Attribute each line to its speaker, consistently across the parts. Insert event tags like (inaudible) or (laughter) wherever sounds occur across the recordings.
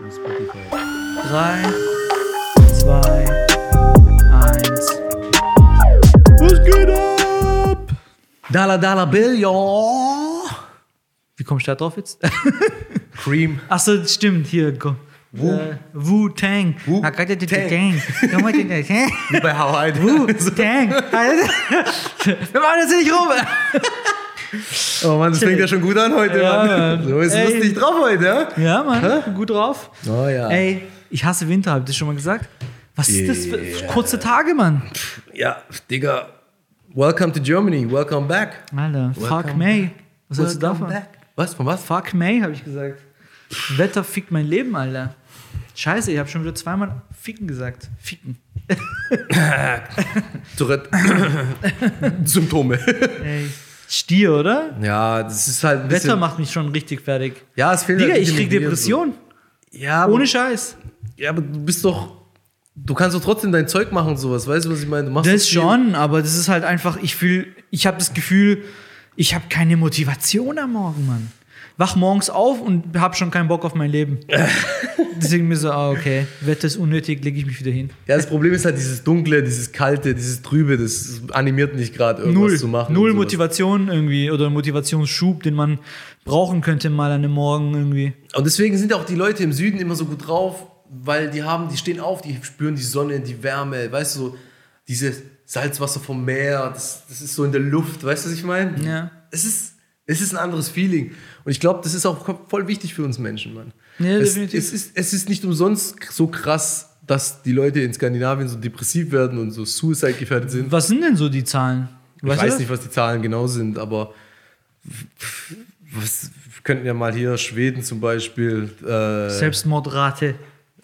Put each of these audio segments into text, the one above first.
Speaker 1: und Spotify. 3, 2, 1. Was geht ab? Dala Dala Bill, ja. Wie kommst du da drauf jetzt? (laughs)
Speaker 2: Cream.
Speaker 1: Achso, das stimmt, hier. ko-
Speaker 2: Wu.
Speaker 1: Äh, Ah, Wu-Tang.
Speaker 2: Wu-
Speaker 1: I got it to the
Speaker 2: Tang.
Speaker 1: gang. Don't want it to-
Speaker 2: (laughs)
Speaker 1: hä?
Speaker 2: Wie bei Hawaii.
Speaker 1: Wu-Tang.
Speaker 2: (laughs)
Speaker 1: Wir machen jetzt hier nicht rum.
Speaker 2: Oh Mann, das fängt ja schon gut an heute,
Speaker 1: Ja,
Speaker 2: Mann.
Speaker 1: Mann.
Speaker 2: So ist
Speaker 1: Ey.
Speaker 2: lustig drauf heute, ja?
Speaker 1: Ja, Mann, ich bin gut drauf.
Speaker 2: Oh ja.
Speaker 1: Ey, ich hasse Winter, hab ich das schon mal gesagt? Was ist das für
Speaker 2: Yeah.
Speaker 1: kurze Tage, Mann?
Speaker 2: Ja, Digga. Welcome to Germany. Welcome back.
Speaker 1: Alter, fuck
Speaker 2: Welcome
Speaker 1: May. Was hältst du
Speaker 2: Welcome
Speaker 1: davon?
Speaker 2: back. Was? Von was?
Speaker 1: Fuck May, habe ich gesagt. Wetter fickt mein Leben, Alter. Scheiße, ich habe schon wieder zweimal ficken gesagt. Ficken.
Speaker 2: (laughs) Tourette. Symptome.
Speaker 1: Ey. Stier, oder?
Speaker 2: Ja, das ist halt ein bisschen.
Speaker 1: Wetter macht mich schon richtig fertig.
Speaker 2: ja, es fehlt
Speaker 1: Digga,
Speaker 2: halt
Speaker 1: ich
Speaker 2: die
Speaker 1: krieg
Speaker 2: Energie und
Speaker 1: Depression.
Speaker 2: So. Ja, aber,
Speaker 1: Ohne Scheiß.
Speaker 2: ja, aber du bist doch. Du kannst doch trotzdem dein Zeug machen und sowas. Weißt du, was ich meine? Du machst
Speaker 1: Das
Speaker 2: viel.
Speaker 1: schon, aber das ist halt einfach, ich fühl, ich habe das Gefühl, ich habe keine Motivation am Morgen, Mann. Wach morgens auf und habe schon keinen Bock auf mein
Speaker 2: (laughs)
Speaker 1: Leben. Deswegen mir so, ah, okay, Wetter ist unnötig, lege ich mich wieder hin.
Speaker 2: Ja, das Problem ist halt dieses Dunkle, dieses Kalte, dieses Trübe, das animiert nicht gerade irgendwas
Speaker 1: null,
Speaker 2: zu machen.
Speaker 1: Null
Speaker 2: und sowas.
Speaker 1: Motivation irgendwie oder Motivationsschub, den man brauchen könnte mal an einem Morgen irgendwie.
Speaker 2: Und deswegen sind auch die Leute im Süden immer so gut drauf, weil die haben, die stehen auf, die spüren die Sonne, die Wärme, weißt du, so dieses Salzwasser vom Meer, das, das ist so in der Luft, weißt du, was ich meine?
Speaker 1: Ja.
Speaker 2: Es ist, es ist ein anderes Feeling. Und ich glaube, das ist auch voll wichtig für uns Menschen, Mann.
Speaker 1: Ja,
Speaker 2: es,
Speaker 1: definitiv.
Speaker 2: es, ist, es ist nicht umsonst so krass, dass die Leute in Skandinavien so depressiv werden und so suicide gefährdet sind.
Speaker 1: Was sind denn so die Zahlen? Weißt
Speaker 2: ich
Speaker 1: du
Speaker 2: weiß
Speaker 1: das?
Speaker 2: nicht, was die Zahlen genau sind, aber pff, was wir könnten ja mal hier Schweden zum Beispiel. Äh,
Speaker 1: Selbstmordrate.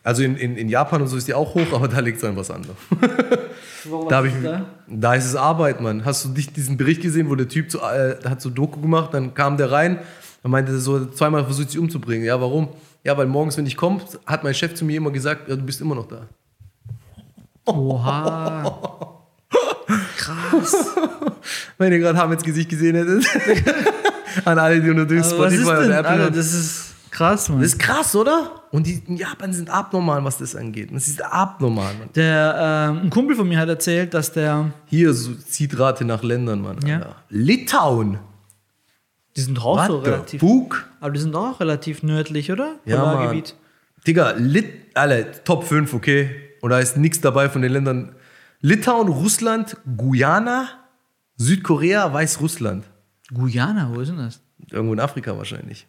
Speaker 2: also in, in, in Japan und so ist die auch hoch, (laughs) aber da liegt es an was anderem. Da, hab ich, da ist es Arbeit, Mann. Hast du nicht diesen Bericht gesehen, wo der Typ zu, äh, hat so Doku gemacht, dann kam der rein und meinte so zweimal versucht, sich umzubringen. Ja, warum? Ja, weil morgens, wenn ich komme, hat mein Chef zu mir immer gesagt, ja, du bist immer noch da.
Speaker 1: Oha. Krass.
Speaker 2: Wenn ihr gerade Ham ins Gesicht
Speaker 1: (laughs)
Speaker 2: gesehen hättet. an alle, die nur durch
Speaker 1: Aber was
Speaker 2: Spotify
Speaker 1: ist
Speaker 2: und
Speaker 1: denn?
Speaker 2: Apple
Speaker 1: Alter,
Speaker 2: hören.
Speaker 1: das ist krass, Mann.
Speaker 2: Das ist krass, oder? Und die in Japan sind abnormal, was das angeht. Das ist abnormal, Mann.
Speaker 1: der, ähm, ein Kumpel von mir hat erzählt, dass der.
Speaker 2: Hier Suizidrate nach Ländern, Mann.
Speaker 1: Ja.
Speaker 2: Alter. Litauen.
Speaker 1: Die sind doch auch so
Speaker 2: What the
Speaker 1: relativ.
Speaker 2: fuck?
Speaker 1: Aber die sind doch auch relativ nördlich, oder?
Speaker 2: Ja, Mann.
Speaker 1: Polargebiet.
Speaker 2: Digga, Lit alle, Top 5, okay? Und da ist nichts dabei von den Ländern. Litauen, Russland, Guyana, Südkorea, Weißrussland.
Speaker 1: Guyana, wo ist denn das?
Speaker 2: Irgendwo in Afrika wahrscheinlich.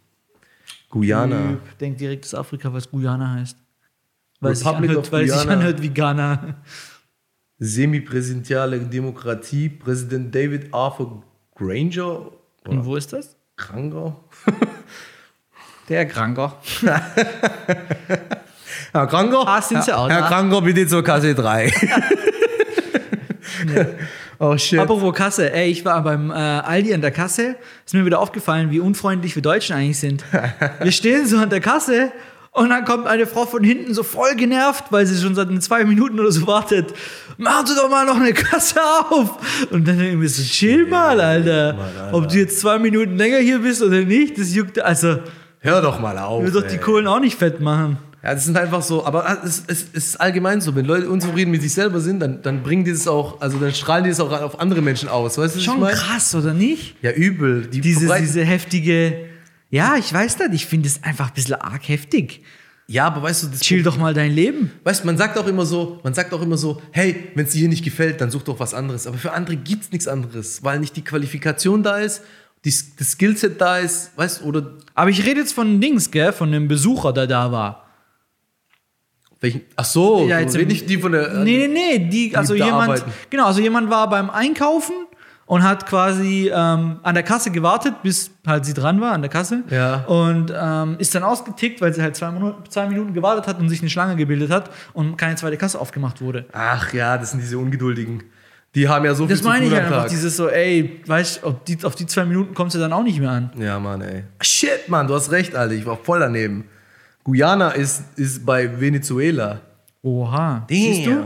Speaker 2: Guyana.
Speaker 1: Typ denkt direkt, dass Afrika was Guyana heißt. Weil es sich
Speaker 2: Republic
Speaker 1: anhört,
Speaker 2: of
Speaker 1: weil es sich
Speaker 2: Guyana.
Speaker 1: anhört wie Ghana.
Speaker 2: Semipräsidentiale Demokratie, Präsident David Arthur Granger.
Speaker 1: Und wo ist das?
Speaker 2: Kranger?
Speaker 1: Der Kranker.
Speaker 2: Herr Kranker,
Speaker 1: Ah, sind Sie auch
Speaker 2: Herr
Speaker 1: da?
Speaker 2: Kranker, bitte zur Kasse (laughs) 3. (laughs) oh shit.
Speaker 1: Apropos Kasse, ey, ich war beim äh, Aldi an der Kasse. Ist mir wieder aufgefallen, wie unfreundlich wir Deutschen eigentlich sind. Wir stehen so an der Kasse und dann kommt eine Frau von hinten so voll genervt, weil sie schon seit zwei Minuten oder so wartet. Machen Sie doch mal noch eine Kasse auf! Und dann irgendwie so, chill mal, Alter.
Speaker 2: mal, Alter.
Speaker 1: Ob du jetzt zwei Minuten länger hier bist oder nicht, das juckt. Also,
Speaker 2: Hör doch mal auf.
Speaker 1: wir doch die
Speaker 2: ey.
Speaker 1: Kohlen auch nicht fett machen.
Speaker 2: Ja, das sind einfach so, aber es, es, es ist allgemein so, wenn Leute unzufrieden mit sich selber sind, dann, dann bringen die das auch, also dann strahlen die das auch auf andere Menschen aus, weißt du, was ich
Speaker 1: Schon
Speaker 2: meine?
Speaker 1: krass, oder nicht?
Speaker 2: Ja, übel. Die
Speaker 1: Diese,
Speaker 2: verbreiten-
Speaker 1: diese heftige. Ja, ich weiß das. Ich finde es einfach ein bisschen arg heftig.
Speaker 2: ja, aber weißt du, das
Speaker 1: Chill doch mal dein Leben.
Speaker 2: Weißt du, man sagt auch immer so, man sagt auch immer so, hey, wenn es dir hier nicht gefällt, dann such doch was anderes. Aber für andere gibt es nichts anderes, weil nicht die Qualifikation da ist, die, das Skillset da ist, weißt du, oder
Speaker 1: Aber ich rede jetzt von Dings, gell? Von dem Besucher, der da war.
Speaker 2: welchen. Ach so,
Speaker 1: Ja,
Speaker 2: ja,
Speaker 1: jetzt
Speaker 2: jetzt
Speaker 1: im-
Speaker 2: Oh, nicht die von der. äh,
Speaker 1: Nee, nee, nee. Die, also
Speaker 2: da
Speaker 1: jemand,
Speaker 2: arbeiten.
Speaker 1: genau, also jemand war beim Einkaufen und hat quasi ähm, an der Kasse gewartet, bis halt sie dran war an der Kasse.
Speaker 2: Ja.
Speaker 1: Und ähm, ist dann ausgetickt, weil sie halt zwei, Minu- zwei Minuten gewartet hat und sich eine Schlange gebildet hat und keine zweite Kasse aufgemacht wurde.
Speaker 2: Ach ja, das sind diese Ungeduldigen. Die haben ja so
Speaker 1: Das
Speaker 2: viel zu
Speaker 1: meine
Speaker 2: tun
Speaker 1: ich
Speaker 2: am
Speaker 1: einfach,
Speaker 2: Tag.
Speaker 1: dieses so, ey, weißt ob die, auf die zwei Minuten kommst du dann auch nicht mehr an.
Speaker 2: Ja, Mann, ey. Shit, Mann, du hast recht, Alter. Ich war voll daneben. Guyana ist, ist bei Venezuela.
Speaker 1: Oha. Siehst du?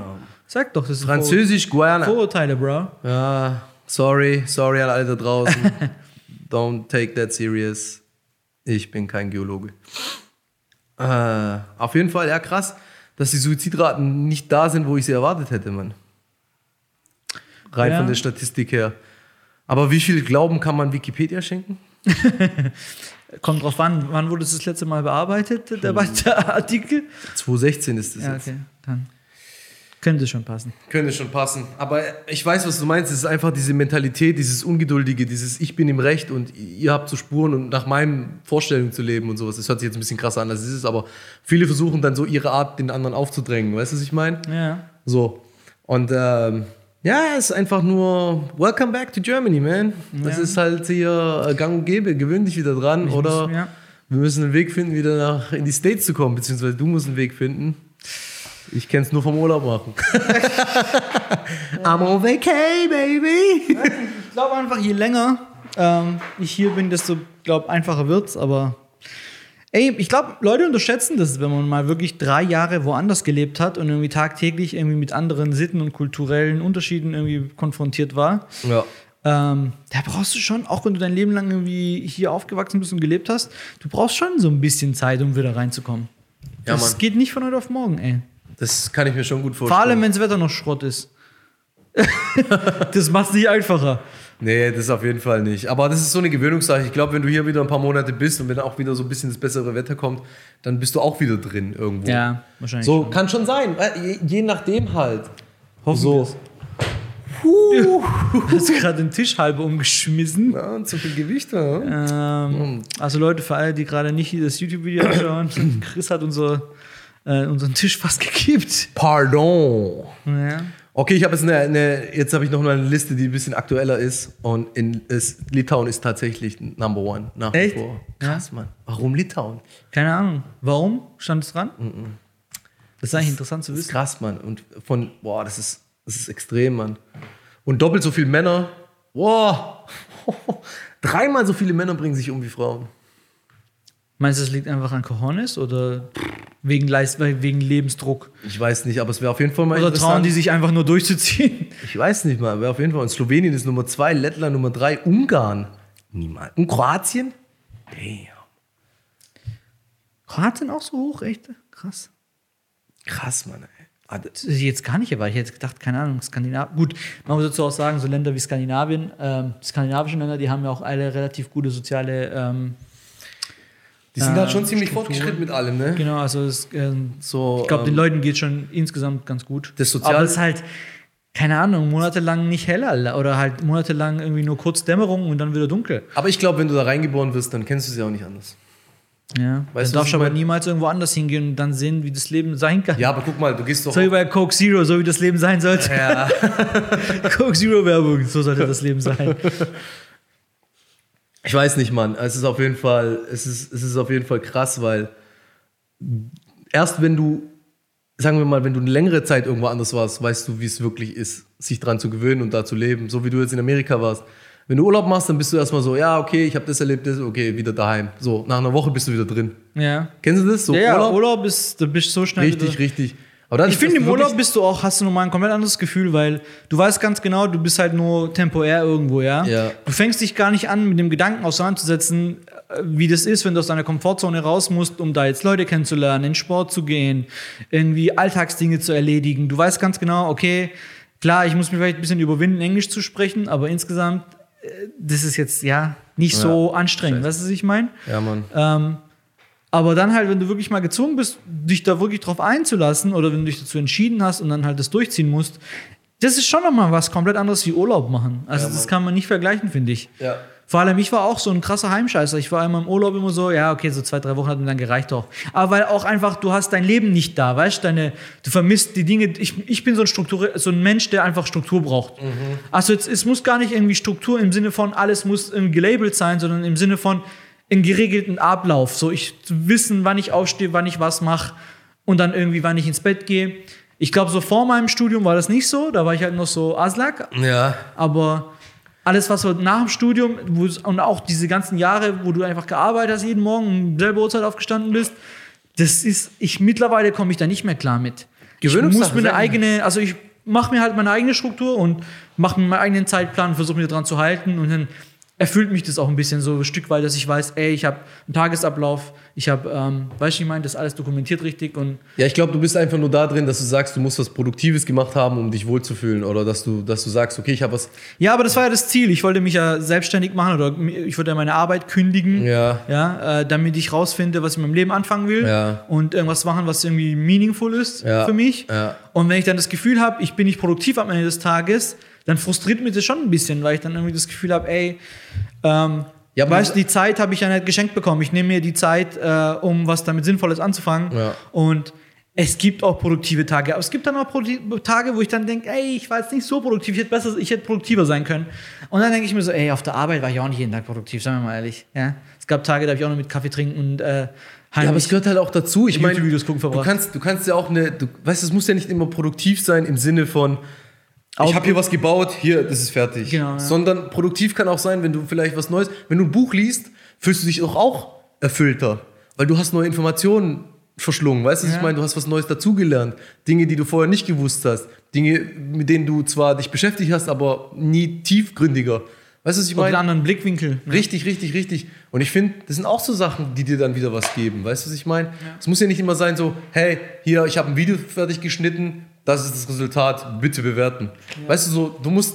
Speaker 1: Sag doch, das ist
Speaker 2: Französisch
Speaker 1: Vor-
Speaker 2: Guyana.
Speaker 1: Vorurteile, Bro.
Speaker 2: Ja, sorry, sorry an alle da
Speaker 1: (laughs)
Speaker 2: draußen. Don't take that serious. Ich bin kein Geologe. Äh, auf jeden Fall, ja, krass, dass die Suizidraten nicht da sind, wo ich sie erwartet hätte, Mann. Rein
Speaker 1: Ja.
Speaker 2: von der Statistik her. Aber wie viel Glauben kann man Wikipedia schenken?
Speaker 1: Kommt drauf an, wann wurde es das letzte Mal bearbeitet, der, der (laughs) Artikel?
Speaker 2: 2016 ist es
Speaker 1: Ja,
Speaker 2: jetzt.
Speaker 1: okay, dann könnte schon passen.
Speaker 2: Könnte schon passen. Aber ich weiß, was du meinst. Es ist einfach diese Mentalität, dieses Ungeduldige, dieses Ich bin im Recht und ihr habt zu spuren und nach meinen Vorstellungen zu leben und sowas. Das hört sich jetzt ein bisschen krasser an, als es ist, aber viele versuchen dann so ihre Art, den anderen aufzudrängen. Weißt du, was ich meine?
Speaker 1: Ja.
Speaker 2: So. Und ähm, ja, es ist einfach nur Welcome back to Germany, man. Das
Speaker 1: Ja.
Speaker 2: ist halt hier äh, gang und gäbe. Gewöhn dich wieder dran. oder
Speaker 1: muss- ja.
Speaker 2: wir müssen einen Weg finden, wieder nach in die States zu kommen. Beziehungsweise du musst einen Weg finden. Ich kenn's nur vom Urlaub machen. (laughs) I'm on vacay, baby.
Speaker 1: Ich glaube einfach, je länger ähm, ich hier bin, desto glaub, einfacher wird's, aber. Ey, ich glaube, Leute unterschätzen das, wenn man mal wirklich drei Jahre woanders gelebt hat und irgendwie tagtäglich irgendwie mit anderen Sitten und kulturellen Unterschieden irgendwie konfrontiert war.
Speaker 2: Ja.
Speaker 1: Ähm, da brauchst du schon, auch wenn du dein Leben lang irgendwie hier aufgewachsen bist und gelebt hast, du brauchst schon so ein bisschen Zeit, um wieder reinzukommen.
Speaker 2: Ja,
Speaker 1: das
Speaker 2: Mann.
Speaker 1: geht nicht von heute auf morgen, ey.
Speaker 2: Das kann ich mir schon gut
Speaker 1: Vor allem,
Speaker 2: vorstellen.
Speaker 1: wenn das Wetter noch Schrott ist. (laughs) das macht's nicht einfacher.
Speaker 2: Nee, das ist auf jeden Fall nicht. Aber das ist so eine Gewöhnungssache. Ich glaube, wenn du hier wieder ein paar Monate bist und wenn auch wieder so ein bisschen das bessere Wetter kommt, dann bist du auch wieder drin irgendwo.
Speaker 1: Ja, wahrscheinlich.
Speaker 2: So, kann schon sein. Äh, Je, je nachdem halt. Hoffen so.
Speaker 1: Hast du gerade den Tisch halb umgeschmissen?
Speaker 2: Ja, zu viel Gewicht. Ja. Hm.
Speaker 1: Ähm, also Leute, für alle, die gerade nicht das YouTube-Video anschauen, (clears throat) Chris hat unser, äh, unseren Tisch fast gekippt.
Speaker 2: Pardon.
Speaker 1: Ja.
Speaker 2: Okay, ich habe jetzt eine, eine jetzt habe ich noch mal eine Liste, die ein bisschen aktueller ist und in ist, Litauen ist tatsächlich Number One nach wie
Speaker 1: Echt?
Speaker 2: vor. Krass, Mann. Warum Litauen?
Speaker 1: Keine Ahnung. Warum stand es dran? Das ist eigentlich interessant zu
Speaker 2: Das ist
Speaker 1: wissen.
Speaker 2: krass, Mann. Und von boah, das ist das ist extrem, Mann. Und doppelt so viele Männer. Boah. (laughs) Dreimal so viele Männer bringen sich um wie Frauen.
Speaker 1: Meinst du, das liegt einfach an Cojones oder wegen, Leist wegen Lebensdruck?
Speaker 2: Ich weiß nicht, aber es wäre auf jeden Fall mal
Speaker 1: Oder trauen
Speaker 2: interessant.
Speaker 1: die sich einfach nur durchzuziehen? (laughs)
Speaker 2: Ich weiß nicht mal, wer auf jeden Fall. Und Slowenien ist Nummer 2, Lettland Nummer 3, Ungarn. Niemals. Und Kroatien? Damn.
Speaker 1: Kroatien auch so hoch, echt? Krass.
Speaker 2: Krass, Mann, ey. Ah, das-
Speaker 1: Das ist jetzt gar nicht, weil ich hätte gedacht, keine Ahnung, Skandinavien. Gut, man muss dazu auch sagen, so Länder wie Skandinavien, ähm, die skandinavischen Länder, die haben ja auch alle relativ gute soziale. Ähm,
Speaker 2: Die sind halt schon
Speaker 1: Ähm,
Speaker 2: ziemlich
Speaker 1: Strukturen.
Speaker 2: fortgeschritten mit allem, ne?
Speaker 1: genau, also es, ähm,
Speaker 2: So,
Speaker 1: ich glaube, den
Speaker 2: ähm,
Speaker 1: Leuten geht schon insgesamt ganz gut.
Speaker 2: das Soziale-
Speaker 1: Aber es ist halt, keine Ahnung, monatelang nicht heller oder halt monatelang irgendwie nur kurz Dämmerung und dann wieder dunkel.
Speaker 2: Aber ich glaube, wenn du da reingeboren wirst, dann kennst du sie auch nicht anders.
Speaker 1: Ja,
Speaker 2: Weißt
Speaker 1: weißt dann
Speaker 2: du, was
Speaker 1: darfst
Speaker 2: ich
Speaker 1: du aber
Speaker 2: mein?
Speaker 1: niemals irgendwo anders hingehen und dann sehen, wie das Leben sein kann.
Speaker 2: Ja, aber guck mal, du gehst doch.
Speaker 1: So wie bei Coke Zero, so wie das Leben sein
Speaker 2: (laughs)
Speaker 1: sollte.
Speaker 2: ja.
Speaker 1: Coke Zero Werbung, so sollte das Leben
Speaker 2: (laughs)
Speaker 1: sein.
Speaker 2: Ich weiß nicht, Mann. Es ist auf jeden Fall, es ist, es ist auf jeden Fall krass, weil erst wenn du, sagen wir mal, wenn du eine längere Zeit irgendwo anders warst, weißt du, wie es wirklich ist, sich dran zu gewöhnen und da zu leben, so wie du jetzt in Amerika warst. Wenn du Urlaub machst, dann bist du erstmal so, ja, okay, ich habe das erlebt, das, okay, wieder daheim. So, nach einer Woche bist du wieder drin.
Speaker 1: Ja.
Speaker 2: Kennst du das? So
Speaker 1: Ja, ja, Urlaub,
Speaker 2: Urlaub?
Speaker 1: ist, du bist so schnell.
Speaker 2: Richtig,
Speaker 1: wieder-
Speaker 2: richtig. Aber dann
Speaker 1: Ich
Speaker 2: ist
Speaker 1: finde,
Speaker 2: das
Speaker 1: im
Speaker 2: wirklich-
Speaker 1: Urlaub bist du auch, hast du nochmal ein komplett anderes Gefühl, weil du weißt ganz genau, du bist halt nur temporär irgendwo, ja?
Speaker 2: Ja.
Speaker 1: Du fängst dich gar nicht an, mit dem Gedanken auseinanderzusetzen, äh, wie das ist, wenn du aus deiner Komfortzone raus musst, um da jetzt Leute kennenzulernen, in Sport zu gehen, irgendwie Alltagsdinge zu erledigen. Du weißt ganz genau, okay, klar, ich muss mich vielleicht ein bisschen überwinden, Englisch zu sprechen, aber insgesamt, äh, das ist jetzt, ja, nicht so anstrengend. Weißt du, was ich meine?
Speaker 2: Ja, Mann.
Speaker 1: Ähm, aber dann halt, wenn du wirklich mal gezwungen bist, dich da wirklich drauf einzulassen oder wenn du dich dazu entschieden hast und dann halt das durchziehen musst, das ist schon nochmal was komplett anderes wie Urlaub machen. Also das kann man nicht vergleichen, finde ich.
Speaker 2: Ja.
Speaker 1: Vor allem, ich war auch so ein krasser Heimscheißer. Ich war immer im Urlaub immer so, ja, okay, so zwei, drei Wochen hat mir dann gereicht auch. Aber weil auch einfach, du hast dein Leben nicht da, weißt deine, du vermisst die Dinge. Ich, ich bin so ein Struktur, so ein Mensch, der einfach Struktur braucht. Also jetzt, es muss gar nicht irgendwie Struktur im Sinne von, alles muss ähm, gelabelt sein, sondern im Sinne von einen geregelten Ablauf. So, ich zu wissen, wann ich aufstehe, wann ich was mache und dann irgendwie, wann ich ins Bett gehe. Ich glaube, so vor meinem Studium war das nicht so. Da war ich halt noch so Aslak,
Speaker 2: Ja.
Speaker 1: aber alles, was wir nach dem Studium wo es, und auch diese ganzen Jahre, wo du einfach gearbeitet hast, jeden Morgen um selbe Uhrzeit aufgestanden bist, das ist, ich mittlerweile komme ich da nicht mehr klar mit. Ich
Speaker 2: Gewöhnungssache,
Speaker 1: muss mir eine
Speaker 2: sehr gut.
Speaker 1: eigene, also ich mache mir halt meine eigene Struktur und mache mir meinen eigenen Zeitplan, versuche mir daran zu halten und dann erfüllt mich das auch ein bisschen so ein Stück weit, dass ich weiß, ey, ich habe einen Tagesablauf, ich habe, ähm, weißt du, ich meine, das alles dokumentiert richtig und
Speaker 2: Ja, ich glaube, du bist einfach nur da drin, dass du sagst, du musst was Produktives gemacht haben, um dich wohlzufühlen. Oder dass du, dass du sagst, okay, ich habe was.
Speaker 1: ja, aber das war ja das Ziel. Ich wollte mich ja selbstständig machen oder mi- ich wollte ja meine Arbeit kündigen,
Speaker 2: Ja.
Speaker 1: ja äh, damit ich rausfinde, was ich mit meinem Leben anfangen will
Speaker 2: Ja.
Speaker 1: und irgendwas machen, was irgendwie meaningful ist
Speaker 2: Ja.
Speaker 1: für mich.
Speaker 2: Ja.
Speaker 1: Und wenn ich dann das Gefühl habe, ich bin nicht produktiv am Ende des Tages, dann frustriert mich das schon ein bisschen, weil ich dann irgendwie das Gefühl habe, ey, ähm,
Speaker 2: Ja, aber-
Speaker 1: weißt du, die Zeit habe ich ja nicht geschenkt bekommen. Ich nehme mir die Zeit, äh, um was damit Sinnvolles anzufangen.
Speaker 2: Ja.
Speaker 1: Und es gibt auch produktive Tage. Aber es gibt dann auch produktive Tage, wo ich dann denke, ey, ich war jetzt nicht so produktiv, ich hätte, besser, ich hätte produktiver sein können. Und dann denke ich mir so, ey, auf der Arbeit war ich auch nicht jeden Tag produktiv, seien wir mal ehrlich. Ja? Es gab Tage, da habe ich auch nur mit Kaffee trinken und äh,
Speaker 2: Ja, aber es
Speaker 1: heimlich-
Speaker 2: gehört halt auch dazu. Ich meine,
Speaker 1: YouTube-Videos gucken
Speaker 2: du
Speaker 1: verbracht.
Speaker 2: kannst, du kannst ja auch eine, du weißt, es muss ja nicht immer produktiv sein im Sinne von, ich
Speaker 1: Output.
Speaker 2: habe hier was gebaut, hier, das ist fertig.
Speaker 1: Genau, ja.
Speaker 2: Sondern produktiv kann auch sein, wenn du vielleicht was Neues, wenn du ein Buch liest, fühlst du dich doch auch erfüllter, weil du hast neue Informationen verschlungen, weißt du, was
Speaker 1: Ja.
Speaker 2: ich meine? Du hast was Neues dazugelernt, Dinge, die du vorher nicht gewusst hast, Dinge, mit denen du zwar dich beschäftigt hast, aber nie tiefgründiger. Weißt du, was ich
Speaker 1: und
Speaker 2: meine?
Speaker 1: einen anderen Blickwinkel. ne?
Speaker 2: Richtig, richtig, richtig. Und ich finde, das sind auch so Sachen, die dir dann wieder was geben. Weißt du, was ich meine? Es muss ja nicht immer sein, so, hey, hier, ich habe ein Video fertig geschnitten, das ist das Resultat, bitte bewerten. Weißt du, so, du musst,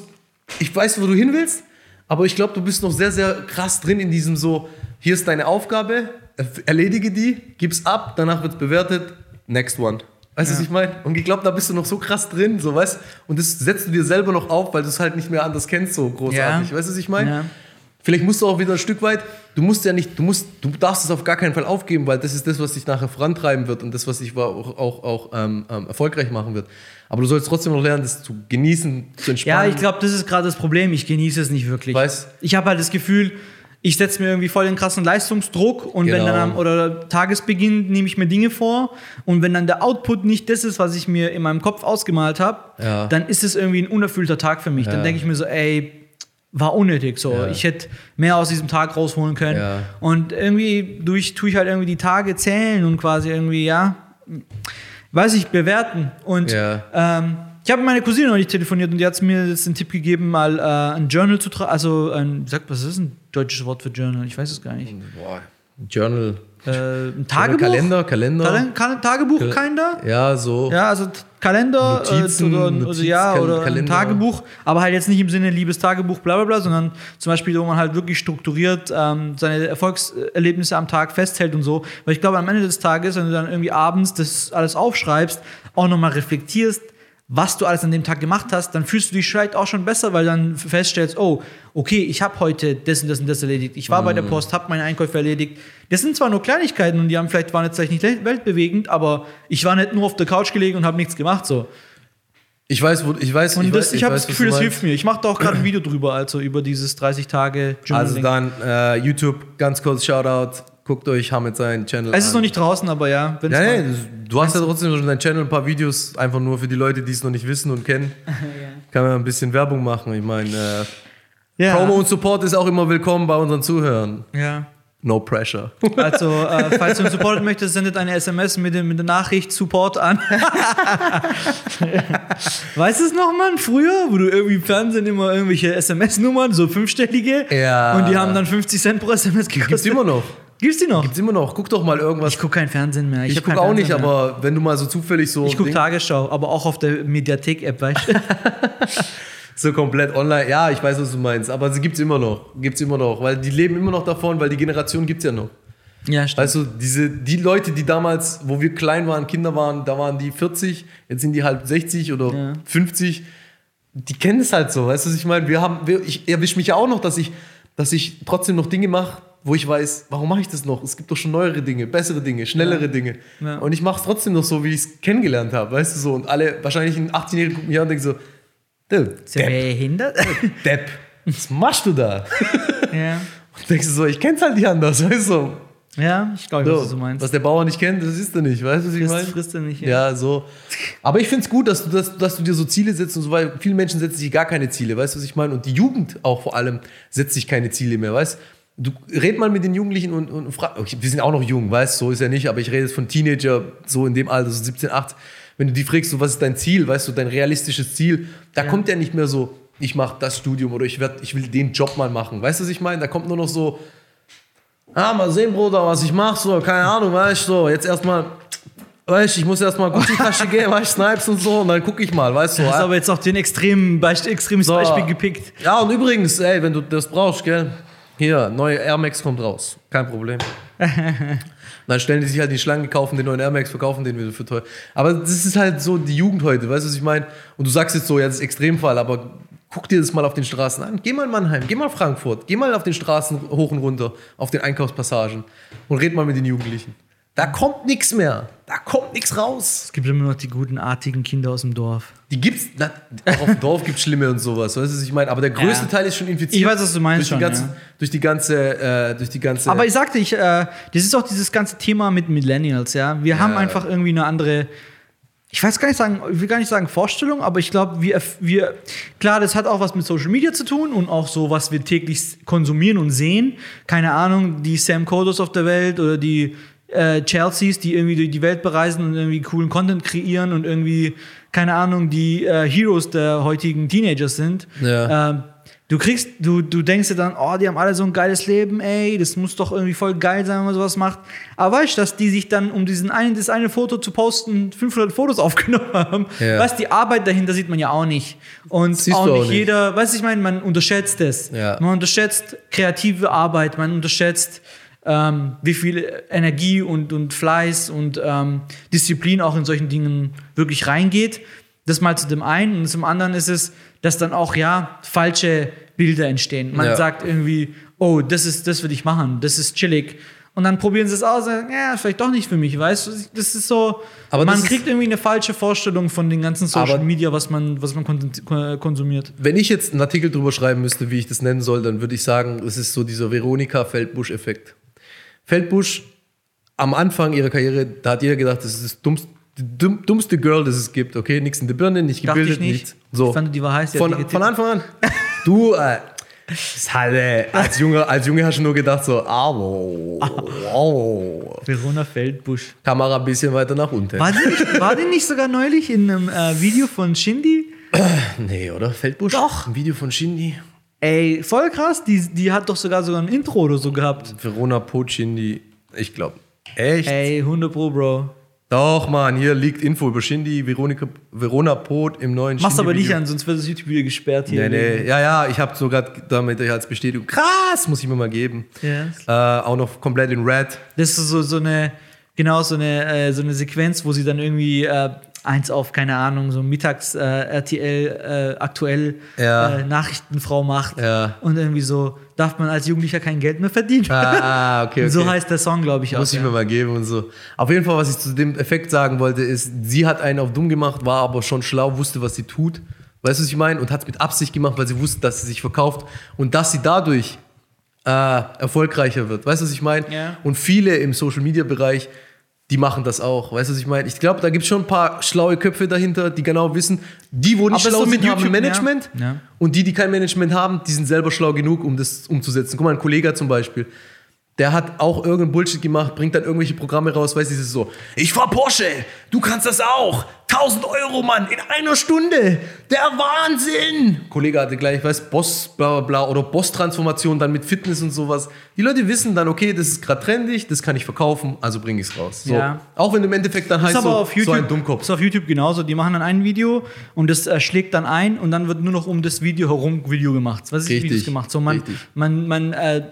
Speaker 2: ich weiß, wo du hin willst, aber ich glaube, du bist noch sehr, sehr krass drin in diesem so, hier ist deine Aufgabe, erf- erledige die, gib's ab, danach wird's bewertet, next one. Weißt du, was ich meine? Und ich glaube, da bist du noch so krass drin, so, weißt Und das setzt du dir selber noch auf, weil du es halt nicht mehr anders kennst, so großartig.
Speaker 1: Ja.
Speaker 2: Weißt du, was ich meine?
Speaker 1: Ja.
Speaker 2: Vielleicht musst du auch wieder ein Stück weit, du musst ja nicht, du musst, du darfst es auf gar keinen Fall aufgeben, weil das ist das, was dich nachher vorantreiben wird und das, was dich auch, auch, auch ähm, ähm, erfolgreich machen wird. Aber du sollst trotzdem noch lernen, das zu genießen, zu
Speaker 1: Ja,
Speaker 2: entspannen.
Speaker 1: ich glaube, das ist gerade das Problem. Ich genieße es nicht wirklich.
Speaker 2: Weiß.
Speaker 1: Ich habe halt das Gefühl, ich setze mir irgendwie voll den krassen Leistungsdruck und wenn
Speaker 2: Genau.
Speaker 1: dann am oder Tagesbeginn nehme ich mir Dinge vor und wenn dann der Output nicht das ist, was ich mir in meinem Kopf ausgemalt habe,
Speaker 2: Ja.
Speaker 1: dann ist es irgendwie ein unerfüllter Tag für mich. Dann
Speaker 2: Ja.
Speaker 1: denke ich mir so, ey, war unnötig so.
Speaker 2: Ja.
Speaker 1: Ich hätte mehr aus diesem Tag rausholen können.
Speaker 2: Ja.
Speaker 1: Und irgendwie durch tue ich halt irgendwie die Tage zählen und quasi irgendwie, ja, weiß ich, bewerten. Und
Speaker 2: Ja.
Speaker 1: ähm, ich habe mit meiner Cousine noch nicht telefoniert und die hat mir jetzt den Tipp gegeben, mal äh, ein Journal zu tragen. Also, ein, sag, was ist ein deutsches Wort für Journal? Ich weiß es gar nicht.
Speaker 2: Boah, Journal.
Speaker 1: Äh, ein Tagebuch?
Speaker 2: Kalender, Kalender.
Speaker 1: Kalen- Kal- Tagebuch, keiner?
Speaker 2: Ja, so.
Speaker 1: Ja, also T- Kalender
Speaker 2: Notizen,
Speaker 1: äh, oder, oder,
Speaker 2: Notiz-
Speaker 1: ja,
Speaker 2: Kal-
Speaker 1: oder ein
Speaker 2: Kalender.
Speaker 1: Tagebuch, aber halt jetzt nicht im Sinne liebes Tagebuch, bla bla bla, sondern zum Beispiel, wo man halt wirklich strukturiert ähm, seine Erfolgserlebnisse am Tag festhält und so. Weil ich glaube, am Ende des Tages, wenn du dann irgendwie abends das alles aufschreibst, auch nochmal reflektierst, was du alles an dem Tag gemacht hast, dann fühlst du dich vielleicht auch schon besser, weil dann feststellst, oh, okay, ich habe heute das und das und das erledigt. Ich war bei
Speaker 2: Mhm.
Speaker 1: der Post, habe meine Einkäufe erledigt. Das sind zwar nur Kleinigkeiten und die haben vielleicht waren jetzt vielleicht nicht le- weltbewegend, aber ich war nicht nur auf der Couch gelegen und habe nichts gemacht so.
Speaker 2: Ich weiß, wo, ich weiß,
Speaker 1: Und
Speaker 2: ich
Speaker 1: das,
Speaker 2: weiß,
Speaker 1: ich habe das
Speaker 2: weiß, was
Speaker 1: Gefühl,
Speaker 2: du
Speaker 1: das
Speaker 2: meinst.
Speaker 1: hilft mir. Ich mache da auch
Speaker 2: (clears throat)
Speaker 1: gerade ein Video drüber, also über dieses 30 Tage
Speaker 2: Also
Speaker 1: Journaling.
Speaker 2: dann äh, YouTube, ganz kurz Shoutout. Guckt euch Hamid seinen Channel
Speaker 1: es ist
Speaker 2: an.
Speaker 1: noch nicht draußen, aber ja, wenn's mal-
Speaker 2: Nein, nein, du hast ja trotzdem schon deinen Channel ein paar Videos, einfach nur für die Leute, die es noch nicht wissen
Speaker 1: (laughs)
Speaker 2: und kennen. Kann man ein bisschen Werbung machen. Ich meine, äh,
Speaker 1: ja.
Speaker 2: Promo und Support ist auch immer willkommen bei unseren Zuhörern.
Speaker 1: ja.
Speaker 2: No pressure.
Speaker 1: Also, äh, falls du uns supporten möchtest, sendet eine SMS mit, dem, mit der Nachricht Support
Speaker 2: (laughs)
Speaker 1: an. weißt du es noch, Mann? Früher, wo du irgendwie im Fernsehen immer irgendwelche SMS-Nummern, so fünfstellige,
Speaker 2: Ja.
Speaker 1: und die haben dann 50 Cent pro SMS
Speaker 2: Gibt's
Speaker 1: gekostet.
Speaker 2: immer noch.
Speaker 1: Gibt's die noch?
Speaker 2: Gibt's immer noch. Guck doch mal irgendwas.
Speaker 1: Ich gucke kein Fernsehen mehr.
Speaker 2: Ich,
Speaker 1: hab
Speaker 2: guck
Speaker 1: kein
Speaker 2: auch nicht,
Speaker 1: Fernsehen mehr.
Speaker 2: aber wenn du mal so zufällig so
Speaker 1: Ich gucke
Speaker 2: Ding-
Speaker 1: Tagesschau, aber auch auf der Mediathek-App, weißt du?
Speaker 2: so komplett online. Ja, ich weiß, was du meinst. Aber sie gibt's immer noch. Gibt's immer noch. Weil die leben immer noch davon, weil die Generation gibt's (laughs) ja noch.
Speaker 1: ja, stimmt.
Speaker 2: Weißt du, diese, die Leute, die damals, wo wir klein waren, Kinder waren, da waren die 40, jetzt sind die halt 60 oder
Speaker 1: Ja.
Speaker 2: 50. Die kennen es halt so, weißt du, was ich meine? Wir haben, wir, ich erwische mich ja auch noch, dass ich, dass ich trotzdem noch Dinge mache, wo ich weiß, warum mache ich das noch? Es gibt doch schon neuere Dinge, bessere Dinge, schnellere Dinge.
Speaker 1: Ja.
Speaker 2: Und ich mache es trotzdem noch so, wie ich es kennengelernt habe, weißt du so. Und alle, wahrscheinlich ein 18-Jähriger gucken mich an und denken so, du,
Speaker 1: Sind wir
Speaker 2: Depp,
Speaker 1: behindert?
Speaker 2: Depp, was machst du da? (laughs)
Speaker 1: ja.
Speaker 2: Und denkst du so, ich kenn's halt nicht anders, (laughs) weißt du. so.
Speaker 1: ja, ich glaube,
Speaker 2: So,
Speaker 1: was du meinst.
Speaker 2: was der Bauer nicht kennt, das ist er nicht, weißt du, was ich
Speaker 1: Frisst-
Speaker 2: meine?
Speaker 1: frisst er nicht, ja.
Speaker 2: Ja, so. Aber ich finde es gut, dass du, dass, dass du dir so Ziele setzt und so, weil viele Menschen setzen sich gar keine Ziele, weißt du, was ich meine? Und die Jugend auch vor allem setzt sich keine Ziele mehr, weißt du? Red mal mit den Jugendlichen und, und frag, okay, wir sind auch noch jung, weißt du, so ist ja nicht, aber ich rede jetzt von Teenager, so in dem Alter, so 17, 18. Wenn du die fragst, so, was ist dein Ziel, weißt du, dein realistisches Ziel, da kommt ja nicht mehr so, ich mache das Studium oder ich, werd, ich will den Job mal machen. Weißt du, was ich meine? Da kommt nur noch so, ah, mal sehen, Bruder, was ich mache, so, keine Ahnung, weißt du, so, jetzt erstmal, weißt du, ich muss erstmal gut in die Tasche (laughs) gehen, weißt du, Snipes und so, und dann gucke ich mal, weißt du.
Speaker 1: Du hast
Speaker 2: ah.
Speaker 1: aber jetzt auch den extremen Beisp extremes
Speaker 2: So.
Speaker 1: Beispiel gepickt.
Speaker 2: Ja, und übrigens, ey, wenn du das brauchst, gell, hier, neue Air Max kommt raus. Kein Problem.
Speaker 1: (laughs)
Speaker 2: Dann stellen die sich halt in die Schlange, kaufen den neuen Air Max, verkaufen den wieder für teuer. Aber das ist halt so die Jugend heute, weißt du, was ich meine? Und du sagst jetzt so, ja, das ist Extremfall, aber guck dir das mal auf den Straßen an. Geh mal in Mannheim, geh mal in Frankfurt, geh mal auf den Straßen hoch und runter, auf den Einkaufspassagen und red mal mit den Jugendlichen. Da kommt nichts mehr. Da kommt nichts raus.
Speaker 1: Es gibt immer noch die guten, artigen Kinder aus dem Dorf.
Speaker 2: Die gibt's, na, auch auf dem Dorf gibt's Schlimme und sowas, weißt du, was ich meine? Aber der größte
Speaker 1: Ja.
Speaker 2: Teil ist schon infiziert.
Speaker 1: Ich weiß, was du meinst
Speaker 2: Durch die
Speaker 1: schon,
Speaker 2: ganze,
Speaker 1: ja.
Speaker 2: durch die ganze, äh, durch die ganze.
Speaker 1: Aber ich sagte, ich, äh, das ist auch dieses ganze Thema mit Millennials, ja. Wir haben einfach irgendwie eine andere, ich weiß gar nicht sagen, ich will gar nicht sagen Vorstellung, aber ich glaube, wir, erf- wir, klar, das hat auch was mit Social Media zu tun und auch so, was wir täglich konsumieren und sehen. Keine Ahnung, die Sam Kodos auf der Welt oder die äh, Chelseas, die irgendwie durch die Welt bereisen und irgendwie coolen Content kreieren und irgendwie, keine Ahnung, die äh, Heroes der heutigen Teenagers sind.
Speaker 2: Ja.
Speaker 1: Ähm, du kriegst, du, du denkst dir dann, oh, die haben alle so ein geiles Leben, ey, das muss doch irgendwie voll geil sein, wenn man sowas macht. Aber weißt du, dass die sich dann, um diesen einen, das eine Foto zu posten, 500 Fotos (laughs) aufgenommen haben,
Speaker 2: Ja.
Speaker 1: weißt die Arbeit dahinter sieht man ja auch nicht. Und
Speaker 2: Siehst
Speaker 1: auch,
Speaker 2: du auch
Speaker 1: nicht
Speaker 2: nicht.
Speaker 1: jeder, weißt du, ich meine, man unterschätzt es.
Speaker 2: Ja.
Speaker 1: Man unterschätzt kreative Arbeit, man unterschätzt, ähm, wie viel Energie und, und Fleiß und ähm, Disziplin auch in solchen Dingen wirklich reingeht. Das mal zu dem einen. Und zum anderen ist es, dass dann auch, ja, falsche Bilder entstehen. Man
Speaker 2: Ja.
Speaker 1: sagt irgendwie, oh, das ist, das will ich machen, das ist chillig. Und dann probieren sie es aus, sagen, ja, vielleicht doch nicht für mich, weißt du? Das ist so,
Speaker 2: Aber
Speaker 1: man
Speaker 2: das ist-
Speaker 1: kriegt irgendwie eine falsche Vorstellung von den ganzen Social
Speaker 2: Aber-
Speaker 1: Media, was man, was man konten- ko- konsumiert.
Speaker 2: wenn ich jetzt einen Artikel drüber schreiben müsste, wie ich das nennen soll, dann würde ich sagen, es ist so dieser Veronika-Feldbusch-Effekt. Feldbusch am Anfang ihrer Karriere, da hat jeder gedacht, das ist das dummste, die dumm, dummste Girl, das es gibt. Okay, nichts in der Birne, nicht
Speaker 1: Dachte
Speaker 2: gebildet,
Speaker 1: ich nicht.
Speaker 2: nichts. So.
Speaker 1: Ich fand, die war heiß, die hat die
Speaker 2: Von,
Speaker 1: getippt.
Speaker 2: von Anfang an. Du, äh, ist halt, äh, als Junge, als Junge hast du nur gedacht so, au, au.
Speaker 1: Verona Feldbusch.
Speaker 2: Kamera ein bisschen weiter nach unten.
Speaker 1: War die nicht, war die nicht sogar neulich in einem äh, Video von Shindy?
Speaker 2: Nee, oder? Feldbusch?
Speaker 1: Doch.
Speaker 2: Ein Video von Shindy.
Speaker 1: Ey, voll krass, die, die hat doch sogar sogar ein Intro oder so gehabt.
Speaker 2: Verona Po Shindy. Ich glaube. Echt?
Speaker 1: Ey, 100 Pro, Bro.
Speaker 2: Doch, Mann, hier liegt Info über Shindy, Veronika, Verona Pot im neuen
Speaker 1: Mach's aber nicht
Speaker 2: Shindy-Video.
Speaker 1: an, sonst wird das YouTube-Video gesperrt hier.
Speaker 2: Nee, nee, ja, ja, ich habe sogar damit als Bestätigung. Krass, muss ich mir mal geben.
Speaker 1: Ja.
Speaker 2: Äh, auch noch komplett in Red.
Speaker 1: Das ist so, so eine, genau so eine, äh, so eine Sequenz, wo sie dann irgendwie äh, eins auf, keine Ahnung, so mittags äh, RTL äh, aktuell
Speaker 2: Ja.
Speaker 1: äh, Nachrichtenfrau macht
Speaker 2: Ja.
Speaker 1: und irgendwie so, darf man als Jugendlicher kein Geld mehr verdienen.
Speaker 2: Ah, ah, okay,
Speaker 1: (laughs)
Speaker 2: okay.
Speaker 1: So heißt der Song, glaube ich, auch.
Speaker 2: Muss ich mir mal geben und so. Auf jeden Fall, was ich zu dem Effekt sagen wollte, ist, sie hat einen auf dumm gemacht, war aber schon schlau, wusste, was sie tut. Weißt du, was ich meine? Und hat es mit Absicht gemacht, weil sie wusste, dass sie sich verkauft und dass sie dadurch äh, erfolgreicher wird. Weißt du, was ich meine?
Speaker 1: Ja.
Speaker 2: Und viele im Social-Media-Bereich, die machen das auch. Weißt du, was ich meine? Ich glaube, da gibt es schon ein paar schlaue Köpfe dahinter, die genau wissen, die, wo
Speaker 1: Aber
Speaker 2: nicht
Speaker 1: so
Speaker 2: schlau
Speaker 1: mit
Speaker 2: sind, haben ein
Speaker 1: YouTube, ja.
Speaker 2: Management.
Speaker 1: Ja.
Speaker 2: Und die, die kein Management haben, die sind selber schlau genug, um das umzusetzen. Guck mal, ein Kollege zum Beispiel, der hat auch irgendeinen Bullshit gemacht, bringt dann irgendwelche Programme raus, weißt du, es ist so, ich fahr Porsche, du kannst das auch, 1000 Euro, Mann, in einer Stunde, der Wahnsinn. Kollege hatte gleich, weißt Boss, bla bla bla, oder Boss-Transformation dann mit Fitness und sowas. Die Leute wissen dann, okay, das ist gerade trendig, das kann ich verkaufen, also bring ich's raus. So.
Speaker 1: Ja.
Speaker 2: Auch wenn im Endeffekt dann heißt
Speaker 1: Ist aber
Speaker 2: Also, so,
Speaker 1: auf YouTube,
Speaker 2: so ein Dummkopf. (laughs)
Speaker 1: Ist auf YouTube genauso. Die machen dann ein Video und das äh, schlägt dann ein und dann wird nur noch um das Video herum Video gemacht. Was ist
Speaker 2: Richtig,
Speaker 1: Videos gemacht? So man,
Speaker 2: richtig.
Speaker 1: man, man äh,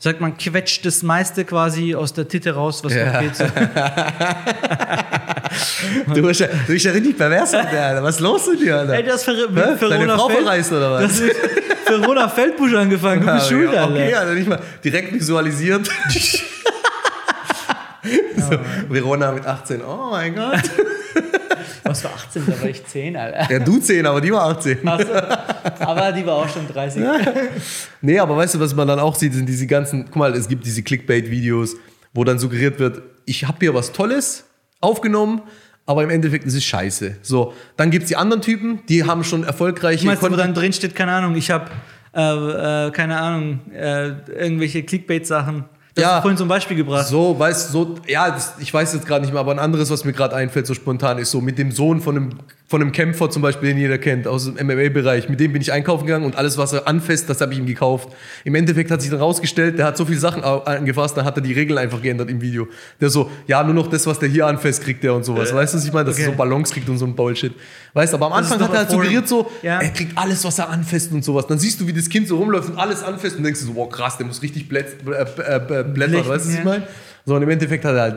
Speaker 1: sagt man quetscht das meiste quasi aus der Titte raus, was
Speaker 2: Ja.
Speaker 1: noch
Speaker 2: (laughs)
Speaker 1: geht. So.
Speaker 2: Du bist, ja, du bist ja richtig pervers, Alter. Was ist los mit dir, Alter?
Speaker 1: Ey, das Ver
Speaker 2: Hä?
Speaker 1: Verona
Speaker 2: Deine Frau verreist oder was?
Speaker 1: Das ist Verona Feldbusch angefangen. Du bist
Speaker 2: Ja,
Speaker 1: schuld,
Speaker 2: ja,
Speaker 1: Alter.
Speaker 2: Okay, also nicht mal direkt
Speaker 1: (laughs)
Speaker 2: visualisiert. (laughs) so, Verona mit 18, oh mein Gott.
Speaker 1: (laughs) Was war 18? Da war ich 10, Alter.
Speaker 2: Ja, du 10, aber die war 18.
Speaker 1: Ach so. Aber die war auch schon 30.
Speaker 2: Nee, aber weißt du, was man dann auch sieht, sind diese ganzen, guck mal, es gibt diese Clickbait-Videos, wo dann suggeriert wird, ich habe hier was Tolles aufgenommen, aber im Endeffekt ist es scheiße. So, dann gibt es die anderen Typen, die haben schon erfolgreiche
Speaker 1: Meinst du, wo
Speaker 2: Content-
Speaker 1: dann drin steht, keine Ahnung, ich habe, äh, äh, keine Ahnung, äh, irgendwelche Clickbait-Sachen. Das
Speaker 2: Ja.
Speaker 1: hast du vorhin zum Beispiel gebracht.
Speaker 2: So, weißt du, so, ja, das, ich weiß jetzt gerade nicht mehr, aber ein anderes, was mir gerade einfällt, so spontan, ist so mit dem Sohn von einem, von einem Kämpfer zum Beispiel, den jeder kennt, aus dem MMA-Bereich. Mit dem bin ich einkaufen gegangen und alles, was er anfasst, das habe ich ihm gekauft. Im Endeffekt hat sich dann rausgestellt, der hat so viele Sachen au- angefasst, dann hat er die Regeln einfach geändert im Video. Der so, ja, nur noch das, was der hier anfasst, kriegt der und sowas. Weißt du, was ich meine? Dass er
Speaker 1: Äh, okay.
Speaker 2: so Ballons kriegt und so ein Bullshit. Weißt du, aber am
Speaker 1: ist
Speaker 2: Anfang
Speaker 1: doch
Speaker 2: hat er halt
Speaker 1: Erfolg.
Speaker 2: suggeriert so,
Speaker 1: Ja.
Speaker 2: er kriegt alles, was er anfasst und sowas. Dann siehst du, wie das Kind so rumläuft und alles anfasst und denkst du so, wow, krass, der muss richtig blätz, äh, äh, äh, blättern,
Speaker 1: Blechen,
Speaker 2: weißt du, was
Speaker 1: ja.
Speaker 2: ich meine? So, und im Endeffekt hat er halt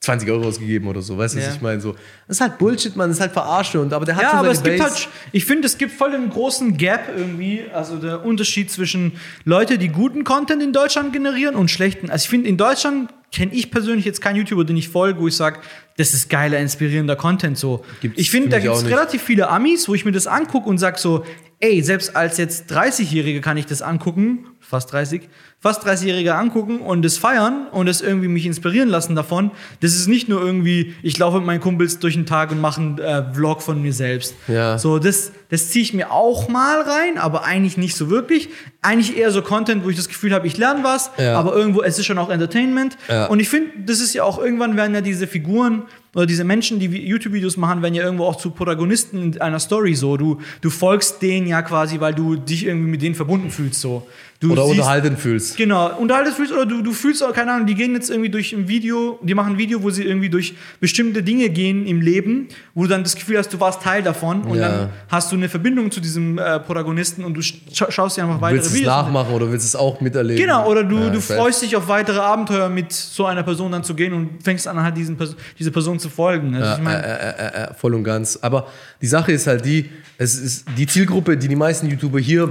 Speaker 2: 20 Euro ausgegeben oder so, weißt du,
Speaker 1: Ja.
Speaker 2: was ich meine? So, das ist halt Bullshit, man, das ist halt Verarsche und, aber der hat
Speaker 1: Ja,
Speaker 2: schon
Speaker 1: aber es
Speaker 2: seine
Speaker 1: gibt
Speaker 2: Base.
Speaker 1: halt, ich finde, es gibt voll einen großen Gap irgendwie, also der Unterschied zwischen Leute, die guten Content in Deutschland generieren und schlechten. Also ich finde, in Deutschland kenne ich persönlich jetzt keinen YouTuber, den ich folge, wo ich sage, das ist geiler, inspirierender Content so.
Speaker 2: Gibt's
Speaker 1: ich finde,
Speaker 2: für
Speaker 1: da
Speaker 2: mich
Speaker 1: gibt es
Speaker 2: auch nicht.
Speaker 1: relativ viele Amis, wo ich mir das angucke und sage so, ey, selbst als jetzt 30-Jährige kann ich das angucken, fast 30, fast 30-Jährige angucken und das feiern und das irgendwie mich inspirieren lassen davon. Das ist nicht nur irgendwie, ich laufe mit meinen Kumpels durch den Tag und mache einen äh, Vlog von mir selbst.
Speaker 2: Ja.
Speaker 1: So, das, das ziehe ich mir auch mal rein, aber eigentlich nicht so wirklich. Eigentlich eher so Content, wo ich das Gefühl habe, ich lerne was,
Speaker 2: Ja.
Speaker 1: aber irgendwo, es ist schon auch Entertainment.
Speaker 2: Ja.
Speaker 1: Und ich finde, das ist ja auch, irgendwann werden ja diese Figuren oder diese Menschen, die wie- YouTube-Videos machen, werden ja irgendwo auch zu Protagonisten in einer Story so. Du, du folgst denen ja quasi, weil du dich irgendwie mit denen verbunden fühlst so. Du
Speaker 2: Oder
Speaker 1: siehst-
Speaker 2: unterhalten fühlst.
Speaker 1: Genau, unterhaltet fühlst oder du, du fühlst auch, keine Ahnung, die gehen jetzt irgendwie durch ein Video, die machen ein Video, wo sie irgendwie durch bestimmte Dinge gehen im Leben, wo du dann das Gefühl hast, du warst Teil davon und
Speaker 2: Ja.
Speaker 1: dann hast du eine Verbindung zu diesem äh, Protagonisten und du scha schaust dir einfach weitere
Speaker 2: Willst du es
Speaker 1: Videos an.
Speaker 2: nachmachen oder willst du es auch miterleben?
Speaker 1: Genau, oder du,
Speaker 2: Ja,
Speaker 1: du
Speaker 2: ich weiß.
Speaker 1: freust dich auf weitere Abenteuer mit so einer Person dann zu gehen und fängst an, halt diesen Pers diese Person zu folgen. Also ich mein,
Speaker 2: Äh, äh, voll und ganz. Aber die Sache ist halt die, es ist die Zielgruppe, die die meisten YouTuber hier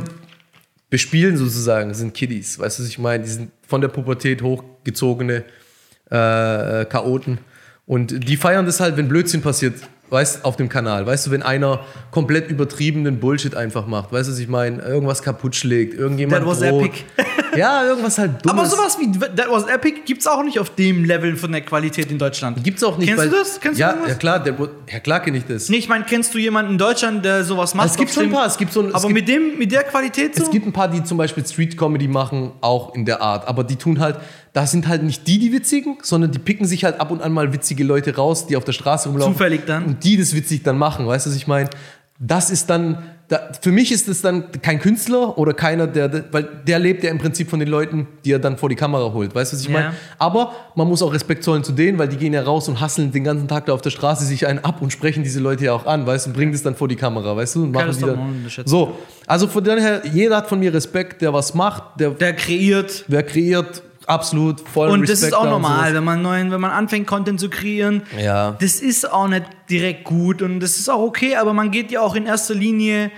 Speaker 2: bespielen sozusagen, sind Kiddies. Weißt du, was ich meine? Die sind von der Pubertät hochgezogene äh, äh, Chaoten. Und die feiern das halt, wenn Blödsinn passiert, weißt auf dem Kanal. Weißt du, wenn einer komplett übertriebenen Bullshit einfach macht. Weißt du, was ich meine? Irgendwas kaputt schlägt, irgendjemand
Speaker 1: That was
Speaker 2: droht.
Speaker 1: epic.
Speaker 2: (laughs) ja, irgendwas halt dummes.
Speaker 1: aber sowas wie That Was Epic gibt's auch nicht auf dem Level von der Qualität in Deutschland.
Speaker 2: Gibt's auch nicht.
Speaker 1: Kennst du
Speaker 2: weil-
Speaker 1: das? Kennst du
Speaker 2: ja,
Speaker 1: irgendwas?
Speaker 2: ja, klar, der, ja, klar kenne ich das.
Speaker 1: Nee, ich meine, kennst du jemanden in Deutschland, der sowas macht?
Speaker 2: es gibt
Speaker 1: auf
Speaker 2: schon ein
Speaker 1: dem-
Speaker 2: paar. Es gibt so ein, es
Speaker 1: Aber
Speaker 2: gibt,
Speaker 1: mit, dem, mit der Qualität halt so?
Speaker 2: Es gibt ein paar, die zum Beispiel Street-Comedy machen, auch in der Art. Aber die tun halt, da sind halt nicht die die Witzigen, sondern die picken sich halt ab und an mal witzige Leute raus, die auf der Straße rumlaufen.
Speaker 1: Zufällig dann.
Speaker 2: Und die das witzig dann machen, weißt du, was ich meine? Das ist dann, da, für mich ist das dann kein Künstler oder keiner, der, der- weil der lebt ja im Prinzip von den Leuten, die er dann vor die Kamera holt, weißt du, was ich
Speaker 1: Ja.
Speaker 2: meine? Aber man muss auch Respekt zollen zu denen, weil die gehen ja raus und hasseln den ganzen Tag da auf der Straße sich einen ab und sprechen diese Leute ja auch an, weißt du, und bringen das dann vor die Kamera, weißt du, und machen
Speaker 1: das
Speaker 2: die
Speaker 1: darf
Speaker 2: dann,
Speaker 1: man unterschätzen.
Speaker 2: so, also von daher, jeder hat von mir Respekt, der was macht, der,
Speaker 1: der kreiert.
Speaker 2: wer kreiert, absolut voll
Speaker 1: Und
Speaker 2: Respekt.
Speaker 1: das ist auch
Speaker 2: da und
Speaker 1: normal,
Speaker 2: sowas.
Speaker 1: wenn man, neuen, wenn man anfängt, Content zu kreieren.
Speaker 2: Ja.
Speaker 1: Das ist auch nicht direkt gut und das ist auch okay, aber man geht ja auch in erster Linie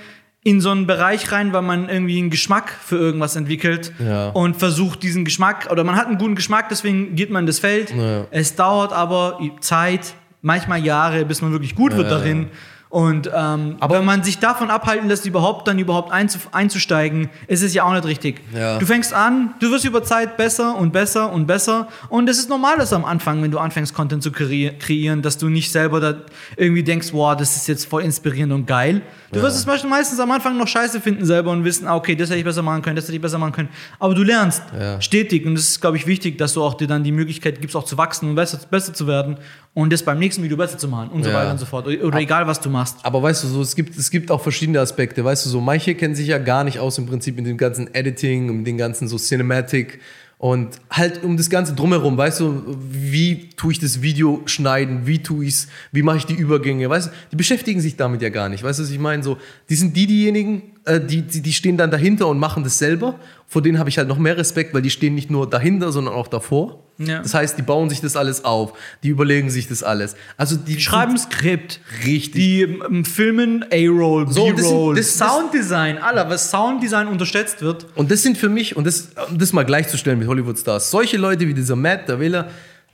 Speaker 1: in so einen Bereich rein, weil man irgendwie einen Geschmack für irgendwas entwickelt
Speaker 2: Ja.
Speaker 1: und versucht diesen Geschmack, oder man hat einen guten Geschmack, deswegen geht man in das Feld.
Speaker 2: Ja.
Speaker 1: Es dauert aber Zeit, manchmal Jahre, bis man wirklich gut wird
Speaker 2: Ja, ja,
Speaker 1: darin. Und ähm, aber wenn man sich davon abhalten lässt, überhaupt dann überhaupt einzu einzusteigen, ist es ja auch nicht richtig.
Speaker 2: Ja.
Speaker 1: Du fängst an, du wirst über Zeit besser und besser und besser. Und es ist normal, dass am Anfang, wenn du anfängst, Content zu kreier- kreieren, dass du nicht selber da irgendwie denkst, wow, das ist jetzt voll inspirierend und geil. Du wirst es meist- meistens am Anfang noch scheiße finden selber und wissen, ah, okay, das hätte ich besser machen können, das hätte ich besser machen können. Aber du lernst
Speaker 2: Ja.
Speaker 1: stetig und das ist, glaube ich, wichtig, dass du auch dir dann die Möglichkeit gibst, auch zu wachsen und besser, besser zu werden und das beim nächsten Video besser zu machen und so
Speaker 2: Ja.
Speaker 1: weiter und so fort. Oder egal, was du machst.
Speaker 2: Aber weißt du, so, es, gibt, es gibt auch verschiedene Aspekte. Weißt du, so manche kennen sich ja gar nicht aus im Prinzip mit dem ganzen Editing, mit dem ganzen so Cinematic und halt um das Ganze drumherum. Weißt du, wie tue ich das Video schneiden? Wie tue ich es? Wie mache ich die Übergänge? Weißt du, die beschäftigen sich damit ja gar nicht. Weißt du, was ich meine? So, die sind die, diejenigen, äh, die, die, die stehen dann dahinter und machen das selber. Vor denen habe ich halt noch mehr Respekt, weil die stehen nicht nur dahinter, sondern auch davor.
Speaker 1: Ja.
Speaker 2: Das heißt, die bauen sich das alles auf, die überlegen sich das alles. Also die
Speaker 1: schreiben Skript.
Speaker 2: Richtig.
Speaker 1: Die ähm, filmen A-Roll,
Speaker 2: So, das sind-
Speaker 1: B-Roll,
Speaker 2: das- das-
Speaker 1: Sounddesign, aller, was Sounddesign unterschätzt wird.
Speaker 2: Und das sind für mich, und das, um das mal gleichzustellen mit Hollywood-Stars, solche Leute wie dieser Matt, der Wähler,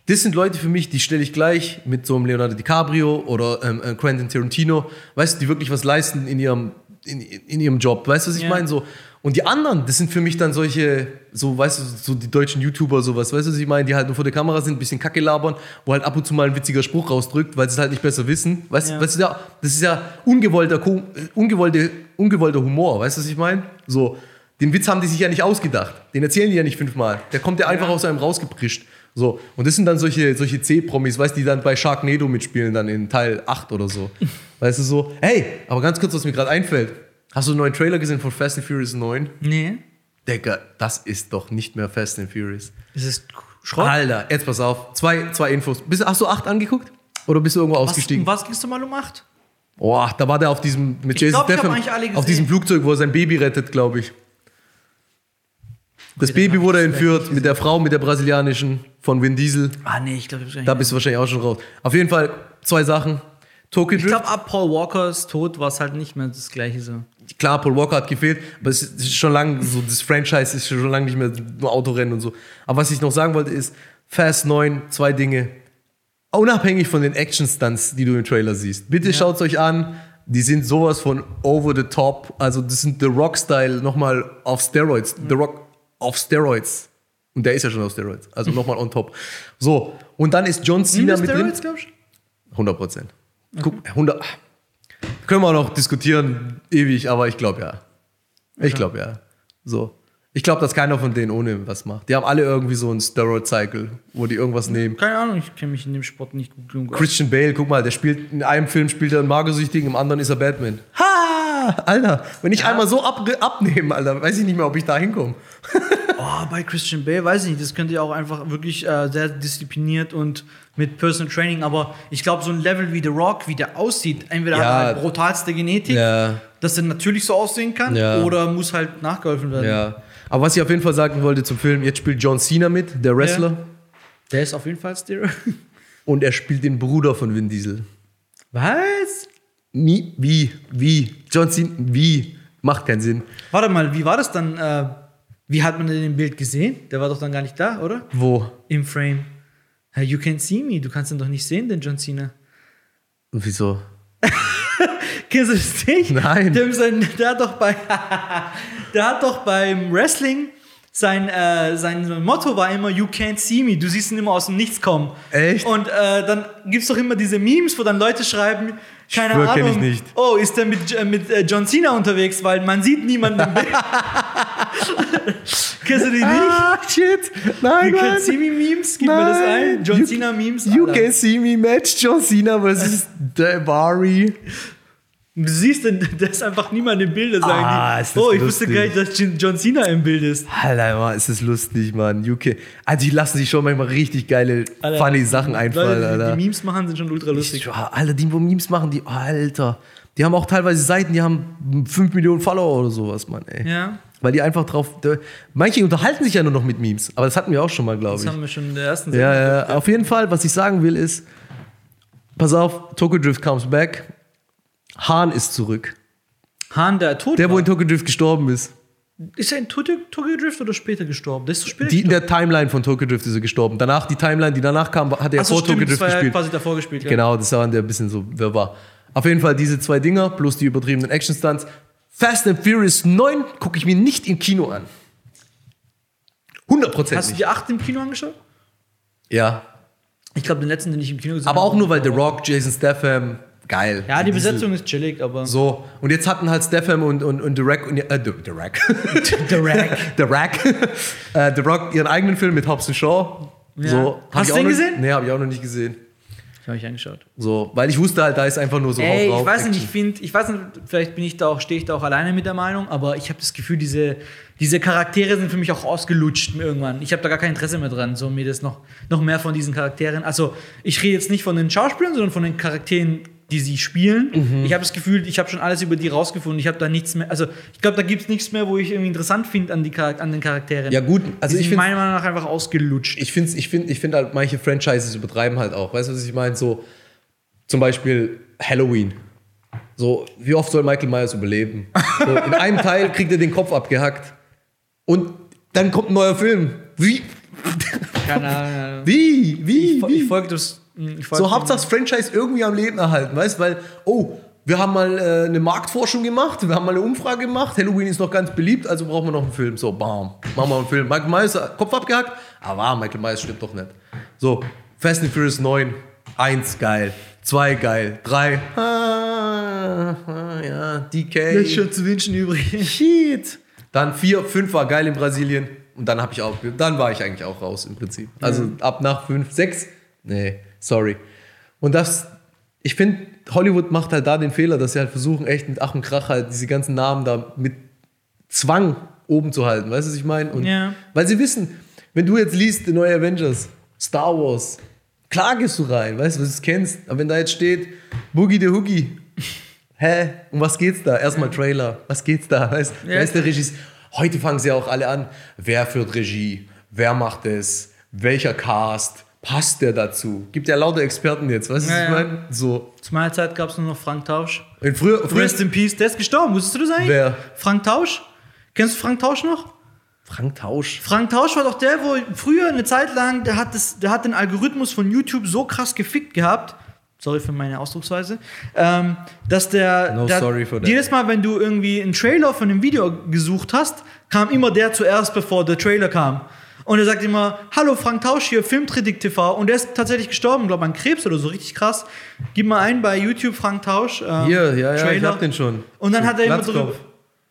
Speaker 2: das sind Leute für mich, die stelle ich gleich mit so einem Leonardo DiCaprio oder ähm, äh, Quentin Tarantino, weißt du, die wirklich was leisten in ihrem, in, in ihrem Job, weißt du, was ich
Speaker 1: Ja.
Speaker 2: meine? So. Und die anderen, das sind für mich dann solche, so, weißt du, so die deutschen YouTuber, sowas, weißt du, was ich meine, die halt nur vor der Kamera sind, ein bisschen Kacke labern, wo halt ab und zu mal ein witziger Spruch rausdrückt, weil sie es halt nicht besser wissen. Weißt du,
Speaker 1: Ja.
Speaker 2: weißt du, ja, das ist ja ungewollter, Ko- äh, ungewollte, ungewollter Humor, weißt du, was ich meine? So, Den Witz haben die sich ja nicht ausgedacht. Den erzählen die ja nicht fünfmal. Der kommt ja einfach aus einem rausgeprischt. So. Und das sind dann solche, solche C-Promis, weißt du, die dann bei Sharknado mitspielen, dann in Teil 8 oder so. weißt du, so, hey, aber ganz kurz, was mir gerade einfällt. Hast du einen neuen Trailer gesehen von Fast and Furious 9?
Speaker 1: Nee.
Speaker 2: Digga, das ist doch nicht mehr Fast and Furious.
Speaker 1: Das ist Schrott.
Speaker 2: Alter, jetzt pass auf. Zwei, zwei Infos. Bist, hast du 8 angeguckt? Oder bist du irgendwo
Speaker 1: Was,
Speaker 2: ausgestiegen?
Speaker 1: um was gingst du mal um acht?
Speaker 2: Boah, da war der auf diesem, mit
Speaker 1: Ich
Speaker 2: Jason
Speaker 1: glaub, ich hab
Speaker 2: Statham,
Speaker 1: eigentlich alle
Speaker 2: auf
Speaker 1: gesehen.
Speaker 2: diesem Flugzeug, wo er sein Baby rettet, glaube ich. Das
Speaker 1: Okay, dann
Speaker 2: Baby
Speaker 1: hab
Speaker 2: wurde
Speaker 1: ich das
Speaker 2: entführt mit der Frau, mit der brasilianischen von Vin Diesel.
Speaker 1: Ah, nee, ich glaube, ich hab's gar nicht
Speaker 2: Da bist du wahrscheinlich auch schon raus. Auf jeden Fall zwei Sachen. Tokyo
Speaker 1: Ich
Speaker 2: Drift,
Speaker 1: glaube, ab Paul Walkers Tod war es halt nicht mehr das gleiche so.
Speaker 2: klar, Paul Walker hat gefehlt, aber es ist schon lange, so das Franchise ist schon lange nicht mehr nur Autorennen und so. Aber was ich noch sagen wollte ist, Fast 9, zwei Dinge. Unabhängig von den Action-Stunts, die du im Trailer siehst. Bitte schaut's euch an. Die sind sowas von over the top. Also das sind The Rock-Style nochmal auf Steroids. The Rock auf Steroids. Und der ist ja schon auf Steroids. Also nochmal on top. So, und dann ist John Cena mit drin.
Speaker 1: glaubst du?
Speaker 2: 100 Prozent. Guck, 100. ah. Können wir auch noch diskutieren, ewig, aber ich glaube ja. Ich glaube ja. So. Ich glaube, dass keiner von denen ohne was macht. Die haben alle irgendwie so einen Steroid-Cycle, wo die irgendwas nehmen.
Speaker 1: Keine Ahnung, ich kenne mich in dem Sport nicht gut genug aus.
Speaker 2: Christian Bale, guck mal, der spielt, in einem Film spielt er einen Magersüchtigen, im anderen ist er Batman. Ha! Alter, wenn ich einmal so ab, abnehme, Alter, weiß ich nicht mehr, ob ich da hinkomme.
Speaker 1: Oh, bei Christian Bale weiß ich nicht, das könnte ja auch einfach wirklich äh, sehr diszipliniert und mit Personal Training, aber ich glaube, so ein Level wie The Rock, wie der aussieht, entweder
Speaker 2: Ja.
Speaker 1: hat er halt brutalste Genetik,
Speaker 2: Ja.
Speaker 1: dass er natürlich so aussehen kann,
Speaker 2: Ja.
Speaker 1: oder muss halt nachgeholfen werden.
Speaker 2: Ja. Aber was ich auf jeden Fall sagen wollte zum Film, jetzt spielt John Cena mit, der Wrestler,
Speaker 1: Der ist auf jeden Fall Steroid.
Speaker 2: und er spielt den Bruder von Vin Diesel.
Speaker 1: (laughs) Was?
Speaker 2: Nie, wie, wie, John Cena, wie, macht keinen Sinn.
Speaker 1: Warte mal, wie war das dann? Äh, wie hat man den im Bild gesehen? Der war doch dann gar nicht da, oder?
Speaker 2: Wo?
Speaker 1: Im Frame. Hey, You can see me. Du kannst ihn doch nicht sehen, den John Cena.
Speaker 2: Und wieso?
Speaker 1: Kennst du das nicht?
Speaker 2: Nein.
Speaker 1: Der, sein, der hat doch bei, (laughs) der hat doch beim Wrestling sein, äh, sein Motto war immer You can't see me. Du siehst ihn immer aus dem Nichts kommen.
Speaker 2: Echt?
Speaker 1: Und äh, dann gibt's doch immer diese Memes, wo dann Leute schreiben. Keine
Speaker 2: schwör, kenn
Speaker 1: Ahnung.
Speaker 2: ich nicht.
Speaker 1: Oh, ist der mit, äh, mit äh, John Cena unterwegs, weil man sieht niemanden.
Speaker 2: (laughs)
Speaker 1: im Bild. Kennst du die nicht?
Speaker 2: Ah, shit! Nein,
Speaker 1: You
Speaker 2: Mann!
Speaker 1: can see me Memes, gib mir das
Speaker 2: Nein.
Speaker 1: ein. John
Speaker 2: You-
Speaker 1: Cena Memes.
Speaker 2: You
Speaker 1: Alter.
Speaker 2: can see me match John Cena versus Debari.
Speaker 1: Du (laughs) siehst denn, da ist einfach niemand im Bilde, sagen
Speaker 2: Ah,
Speaker 1: die.
Speaker 2: ist das
Speaker 1: oh, ich
Speaker 2: lustig.
Speaker 1: wusste gar nicht, dass Jin- John Cena im Bild ist.
Speaker 2: Alter, Mann, ist das lustig, Mann. UK. Also, die lassen sich schon manchmal richtig geile,
Speaker 1: Alter,
Speaker 2: funny Sachen
Speaker 1: Leute,
Speaker 2: einfallen,
Speaker 1: die,
Speaker 2: Alter.
Speaker 1: die Memes machen, sind schon ultra
Speaker 2: Ich,
Speaker 1: lustig.
Speaker 2: ja, Alter, die, wo Memes machen, die, Alter. Die haben auch teilweise Seiten, die haben 5 Millionen Follower oder sowas, Mann, ey.
Speaker 1: Ja,
Speaker 2: Weil die einfach drauf. da- Manche unterhalten sich ja nur noch mit Memes, aber das hatten wir auch schon mal, glaube
Speaker 1: das
Speaker 2: ich.
Speaker 1: haben wir schon in der ersten
Speaker 2: Ja, ja, auf jeden Fall, was ich sagen will, ist: Pass auf, Tokyo Drift comes back. Hahn ist zurück.
Speaker 1: Hahn, der tot
Speaker 2: Der, wo
Speaker 1: war.
Speaker 2: in Tokyo Drift gestorben ist.
Speaker 1: Ist er in Tokyo, Tokyo Drift oder später gestorben? Der ist zu spät
Speaker 2: Die, in
Speaker 1: gestorben.
Speaker 2: der Timeline von Tokyo Drift ist er gestorben. Danach, die Timeline, die danach kam, hat er
Speaker 1: Ach so,
Speaker 2: vor Tokyo
Speaker 1: stimmt, das
Speaker 2: Drift
Speaker 1: war ja
Speaker 2: gespielt.
Speaker 1: quasi davor gespielt. Ja.
Speaker 2: Genau, das war der ein bisschen so wirrwarr. Auf jeden Fall diese zwei Dinger plus die übertriebenen Action-Stunts. Fast and Furious 9 gucke ich mir nicht im Kino an. 100
Speaker 1: Hast du
Speaker 2: Prozent.
Speaker 1: die 8 im Kino angeschaut?
Speaker 2: Ja.
Speaker 1: Ich glaube, den letzten, den ich im Kino gesehen
Speaker 2: Aber
Speaker 1: habe.
Speaker 2: auch nur, weil The Rock, Jason Statham, geil.
Speaker 1: Ja, die
Speaker 2: Diesel.
Speaker 1: Besetzung ist chillig, aber.
Speaker 2: So, und jetzt hatten halt Statham und, und, und The Rack, und, äh, The, The Rack,
Speaker 1: (laughs) The Rack.
Speaker 2: (laughs) The Rack, äh, The Rock ihren eigenen Film mit Hobbs und Shaw.
Speaker 1: Ja.
Speaker 2: So, hab
Speaker 1: Hast
Speaker 2: ich
Speaker 1: du
Speaker 2: auch
Speaker 1: den
Speaker 2: noch-
Speaker 1: gesehen?
Speaker 2: Nee, habe ich auch noch nicht gesehen.
Speaker 1: Ich habe mich angeschaut.
Speaker 2: So, weil ich wusste halt, da ist einfach nur so
Speaker 1: Ey,
Speaker 2: rauf,
Speaker 1: ich
Speaker 2: rauf,
Speaker 1: weiß nicht, ich
Speaker 2: Action.
Speaker 1: finde, ich weiß nicht, vielleicht bin ich da auch, stehe ich da auch alleine mit der Meinung, aber ich habe das Gefühl, diese, diese Charaktere sind für mich auch ausgelutscht mir irgendwann. Ich habe da gar kein Interesse mehr dran, so mir das noch, noch mehr von diesen Charakteren. Also, ich rede jetzt nicht von den Schauspielern, sondern von den Charakteren, die sie spielen.
Speaker 2: Mhm.
Speaker 1: Ich habe das Gefühl, ich habe schon alles über die rausgefunden. Ich habe da nichts mehr, also ich glaube, da gibt es nichts mehr, wo ich irgendwie interessant finde an, die Charak- an den Charakteren.
Speaker 2: Ja, gut, also
Speaker 1: also die
Speaker 2: ich
Speaker 1: sind meiner
Speaker 2: finde
Speaker 1: Meinung nach einfach ausgelutscht.
Speaker 2: ich find's, ich find, ich find halt, manche Franchises übertreiben halt auch. Weißt du, was ich meine? So, zum Beispiel Halloween. So, wie oft soll Michael Myers überleben? So, in einem Teil kriegt er den Kopf abgehackt. Und dann kommt ein neuer Film. Wie?
Speaker 1: Keine Ahnung.
Speaker 2: Wie? Wie?
Speaker 1: Ich, fol-
Speaker 2: Wie?
Speaker 1: ich folge das. hm, Ich folg
Speaker 2: So
Speaker 1: dem-
Speaker 2: Hauptsache das Franchise irgendwie am Leben erhalten, weißt Weil, oh, wir haben mal äh, eine Marktforschung gemacht, wir haben mal eine Umfrage gemacht, Halloween ist noch ganz beliebt, also brauchen wir noch einen Film. So, bam, machen wir einen Film. Michael Myers, äh, Kopf abgehackt, aber Michael Myers stimmt doch nicht. So, Fast and Furious 9, 1 geil, 2 geil, 3, ah, ah, (laughs) ja, DK.
Speaker 1: Das ist schon zu wünschen übrig.
Speaker 2: Shit. Dann vier, fünf war geil in Brasilien. Und dann habe ich auch, dann war ich eigentlich auch raus im Prinzip. Also ab nach fünf, sechs, nee, sorry. Und das, ich finde, Hollywood macht halt da den Fehler, dass sie halt versuchen, echt mit Ach und Krach halt diese ganzen Namen da mit Zwang oben zu halten. Weißt du, was ich meine? Und
Speaker 1: Ja.
Speaker 2: Weil sie wissen, wenn du jetzt liest, die neue Avengers, Star Wars, klar gehst du rein, weißt du, was du kennst. Aber wenn da jetzt steht, Boogie the Hoogie, hä, um was geht's da? Erstmal Trailer, was geht's da? Weißt, du,
Speaker 1: Ja.
Speaker 2: Wer ist der Regisseur? Heute fangen sie auch alle an. Wer führt Regie? Wer macht es? Welcher Cast? Passt der dazu? Gibt ja lauter Experten jetzt, weißt du, was
Speaker 1: Ja,
Speaker 2: ich
Speaker 1: ja.
Speaker 2: meine? So.
Speaker 1: Zur Mahlzeit gab es nur noch Frank Tausch.
Speaker 2: In früher, früher
Speaker 1: Rest in Peace, der ist gestorben, wusstest du das eigentlich?
Speaker 2: Wer?
Speaker 1: Frank Tausch? Kennst du Frank Tausch noch?
Speaker 2: Frank Tausch.
Speaker 1: Frank Tausch war doch der, wo früher eine Zeit lang, der hat, das, der hat den Algorithmus von YouTube so krass gefickt gehabt, sorry für meine Ausdrucksweise, ähm, dass der,
Speaker 2: No
Speaker 1: der
Speaker 2: sorry for that.
Speaker 1: jedes Mal, wenn du irgendwie einen Trailer von einem Video gesucht hast, kam immer der zuerst, bevor der Trailer kam. Und er sagt immer, hallo Frank Tausch hier, Filmkritik TV. Und der ist tatsächlich gestorben, glaube an Krebs oder so, richtig krass. Gib mal ein bei YouTube Frank Tausch. ähm,
Speaker 2: Hier, ja, ja, ich hab den schon.
Speaker 1: Und dann hat er immer drüber,
Speaker 2: Glatzkopf.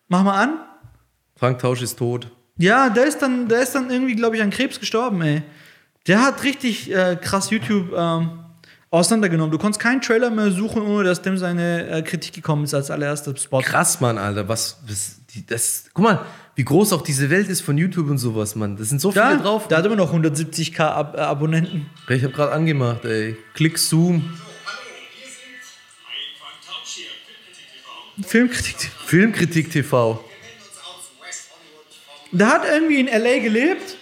Speaker 1: mach mal an.
Speaker 2: Frank Tausch ist tot.
Speaker 1: Ja, der ist dann, der ist dann irgendwie, glaube ich, an Krebs gestorben, ey. Der hat richtig äh, krass YouTube ähm, auseinandergenommen. Du konntest keinen Trailer mehr suchen, ohne dass dem seine äh, Kritik gekommen ist als allererster Spot.
Speaker 2: Krass, Mann, Alter. Was, was die, das, guck mal, wie groß auch diese Welt ist von YouTube und sowas, Mann. Das sind so viele
Speaker 1: Da,
Speaker 2: drauf.
Speaker 1: da hat immer noch 170k Ab äh, Abonnenten.
Speaker 2: Ich habe gerade angemacht, ey. Klick Zoom.
Speaker 3: Hallo, wir sind Frank Tausch hier, Filmkritik TV.
Speaker 1: Filmkritik.
Speaker 2: Filmkritik TV.
Speaker 3: Wir melden uns aus West Hollywood vom
Speaker 1: Der hat irgendwie in LA gelebt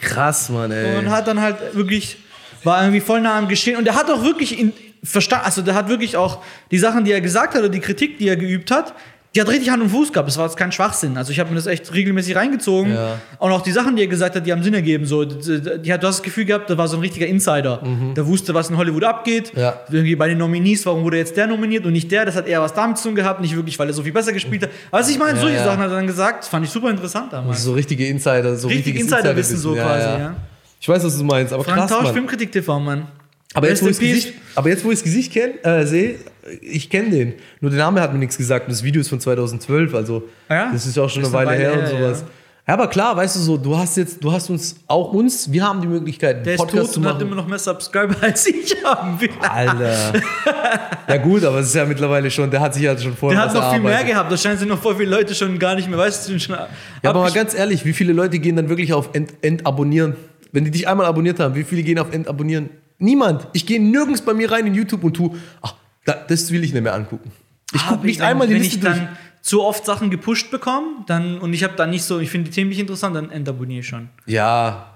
Speaker 2: Krass, Mann, ey.
Speaker 1: und hat dann halt wirklich, war irgendwie voll nah am Geschehen. Und der hat auch wirklich in, verstanden, also der hat wirklich auch die Sachen, die er gesagt hat oder die Kritik, die er geübt hat, die hat richtig Hand und Fuß gehabt. Das war jetzt kein Schwachsinn. Also ich habe mir das echt regelmäßig reingezogen.
Speaker 2: Ja.
Speaker 1: Und auch die Sachen, die er gesagt hat, die haben Sinn ergeben. So, die, die hat, du hast das Gefühl gehabt, da war so ein richtiger Insider. Der wusste, was in Hollywood abgeht.
Speaker 2: Mhm. Ja.
Speaker 1: Irgendwie bei den Nominees, warum wurde jetzt der nominiert und nicht der? Das hat eher was damit zu tun gehabt, nicht wirklich, weil er so viel besser gespielt hat. Also ich meine, solche
Speaker 2: ja.
Speaker 1: Sachen hat er dann gesagt. Das fand ich super interessant damals.
Speaker 2: so richtige Insider, so
Speaker 1: Richtig
Speaker 2: richtiges
Speaker 1: Insiderwissen so quasi, ja.
Speaker 2: Ich weiß, was du meinst, aber
Speaker 1: Frank
Speaker 2: krass,
Speaker 1: Tausch,
Speaker 2: Mann.
Speaker 1: Filmkritik TV, Mann.
Speaker 2: Aber jetzt, wo
Speaker 1: Rest
Speaker 2: ich's
Speaker 1: in Peace.
Speaker 2: Gesicht, aber jetzt, wo ich das Gesicht kenn, äh, sehe, ich kenne den. Nur der Name hat mir nichts gesagt. Und das Video ist von 2012, also
Speaker 1: Ah ja?
Speaker 2: das ist ja auch schon eine Weile her und sowas.
Speaker 1: ja.
Speaker 2: Ja. aber klar, weißt du so, du hast jetzt, du hast uns, auch uns, wir haben die Möglichkeit, einen
Speaker 1: Der ist
Speaker 2: Podcast
Speaker 1: tot
Speaker 2: zu
Speaker 1: und hat
Speaker 2: machen.
Speaker 1: immer noch mehr Subscriber (laughs) als ich haben will.
Speaker 2: Alter.
Speaker 1: (laughs)
Speaker 2: ja gut, aber es ist ja mittlerweile schon, der hat sich ja schon vorher
Speaker 1: Der hat
Speaker 2: was
Speaker 1: noch viel mehr
Speaker 2: erarbeitet.
Speaker 1: gehabt. Wahrscheinlich sind noch voll viele Leute schon gar nicht mehr, weißt du, sind schon
Speaker 2: Ja, aber mal ganz ehrlich, wie viele Leute gehen dann wirklich auf Ent Entabonnieren? Wenn die dich einmal abonniert haben, wie viele gehen auf Entabonnieren? Niemand. Ich gehe nirgends bei mir rein in YouTube und tu, ach, da, das will ich nicht mehr angucken. Ich gucke nicht einmal die
Speaker 1: Ah, Wenn
Speaker 2: Liste
Speaker 1: ich
Speaker 2: durch.
Speaker 1: dann zu oft Sachen gepusht bekomme dann, und ich habe dann nicht so, ich finde die Themen nicht interessant, dann entabonniere ich schon.
Speaker 2: Ja.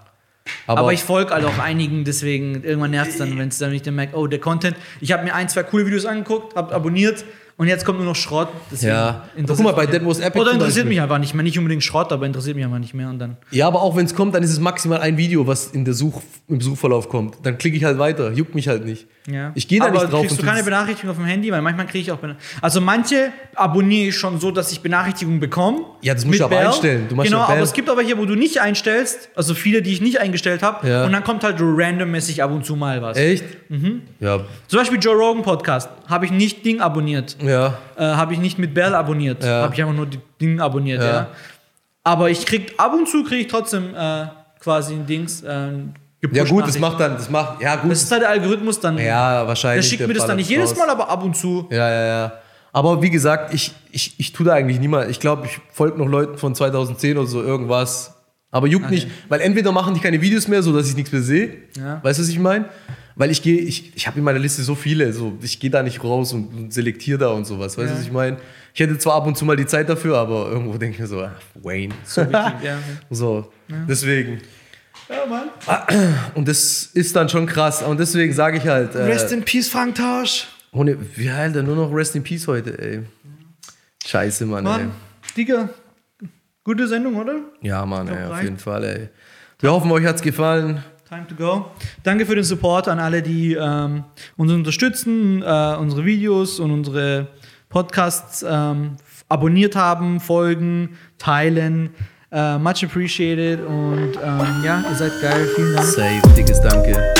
Speaker 2: Aber,
Speaker 1: Aber ich folge halt auch einigen, deswegen irgendwann nervt es dann, wenn es dann nicht dann merkt, oh, der Content. Ich habe mir ein, zwei coole Videos angeguckt, habe abonniert und jetzt kommt nur noch Schrott. Deswegen
Speaker 2: Ja.
Speaker 1: interessiert
Speaker 2: Guck mal, bei
Speaker 1: mich-
Speaker 2: Dead Was Epic
Speaker 1: Oder
Speaker 2: zum
Speaker 1: interessiert
Speaker 2: Beispiel.
Speaker 1: mich einfach nicht mehr. Nicht unbedingt Schrott, aber interessiert mich einfach nicht mehr. Und dann
Speaker 2: ja, aber auch wenn es kommt, dann ist es maximal ein Video, was in der Such, im Suchverlauf kommt. Dann klicke ich halt weiter, juckt mich halt nicht.
Speaker 1: Ja.
Speaker 2: Ich gehe da
Speaker 1: Aber
Speaker 2: nicht drauf.
Speaker 1: Kriegst du
Speaker 2: tu
Speaker 1: keine
Speaker 2: das.
Speaker 1: Benachrichtigung auf dem Handy, weil manchmal kriege ich auch Benach Also manche abonniere ich schon so, dass ich Benachrichtigungen bekomme.
Speaker 2: Ja, das musst
Speaker 1: Mit
Speaker 2: du aber
Speaker 1: Bell.
Speaker 2: einstellen. Du machst
Speaker 1: genau,
Speaker 2: ja Bell.
Speaker 1: aber es gibt aber hier, wo du nicht einstellst, also viele, die ich nicht eingestellt habe,
Speaker 2: Ja.
Speaker 1: und dann kommt halt so randommäßig ab und zu mal was.
Speaker 2: Echt?
Speaker 1: Mhm.
Speaker 2: Ja.
Speaker 1: Zum Beispiel Joe Rogan Podcast habe ich nicht Ding abonniert,
Speaker 2: Ja.
Speaker 1: äh, habe ich nicht mit Bell abonniert,
Speaker 2: Ja.
Speaker 1: habe ich einfach nur die Ding abonniert. Ja.
Speaker 2: Ja.
Speaker 1: Aber ich krieg ab und zu kriege ich trotzdem äh, quasi ein Dings. Äh,
Speaker 2: Ja gut, das macht dann, das macht, ja gut.
Speaker 1: Das ist halt der Algorithmus dann.
Speaker 2: ja,
Speaker 1: Der
Speaker 2: wahrscheinlich.
Speaker 1: schickt mir das dann
Speaker 2: ballert
Speaker 1: nicht jedes
Speaker 2: raus.
Speaker 1: Mal, aber ab und zu.
Speaker 2: Ja, ja, ja. Aber wie gesagt, ich, ich, ich tue da eigentlich niemals. Ich glaube, ich folge noch Leuten von 2010 oder so irgendwas. Aber juckt nicht, weil entweder machen die keine Videos mehr, so dass ich nichts mehr sehe.
Speaker 1: Ja.
Speaker 2: Weißt du, was ich meine? Weil ich gehe, ich, ich habe in meiner Liste so viele, so ich gehe da nicht raus und, und selektiere da und sowas. Weißt
Speaker 1: Ja.
Speaker 2: du, was ich meine? Ich hätte zwar ab und zu mal die Zeit dafür, aber irgendwo denke ich mir so, ach, Wayne. So,
Speaker 1: (laughs) ja.
Speaker 2: deswegen.
Speaker 1: Mann.
Speaker 2: Und das ist dann schon krass. Und deswegen sage ich halt. äh,
Speaker 1: Rest in Peace, Frank Tausch.
Speaker 2: Ohne, wie Alter, nur noch Rest in Peace heute, ey. Scheiße, Mann,
Speaker 1: Mann, Digga, gute Sendung, oder?
Speaker 2: ey. Ja, Mann, ey, auf
Speaker 1: reicht.
Speaker 2: jeden Fall, ey. Wir hoffen, euch hat's gefallen.
Speaker 1: Time to go. Danke für den Support an alle, die ähm, uns unterstützen, äh, unsere Videos und unsere Podcasts ähm, f- abonniert haben, folgen, teilen. Äh, much appreciated und ähm, ja, ihr seid geil. Vielen Dank.
Speaker 2: Safe, dickes Danke.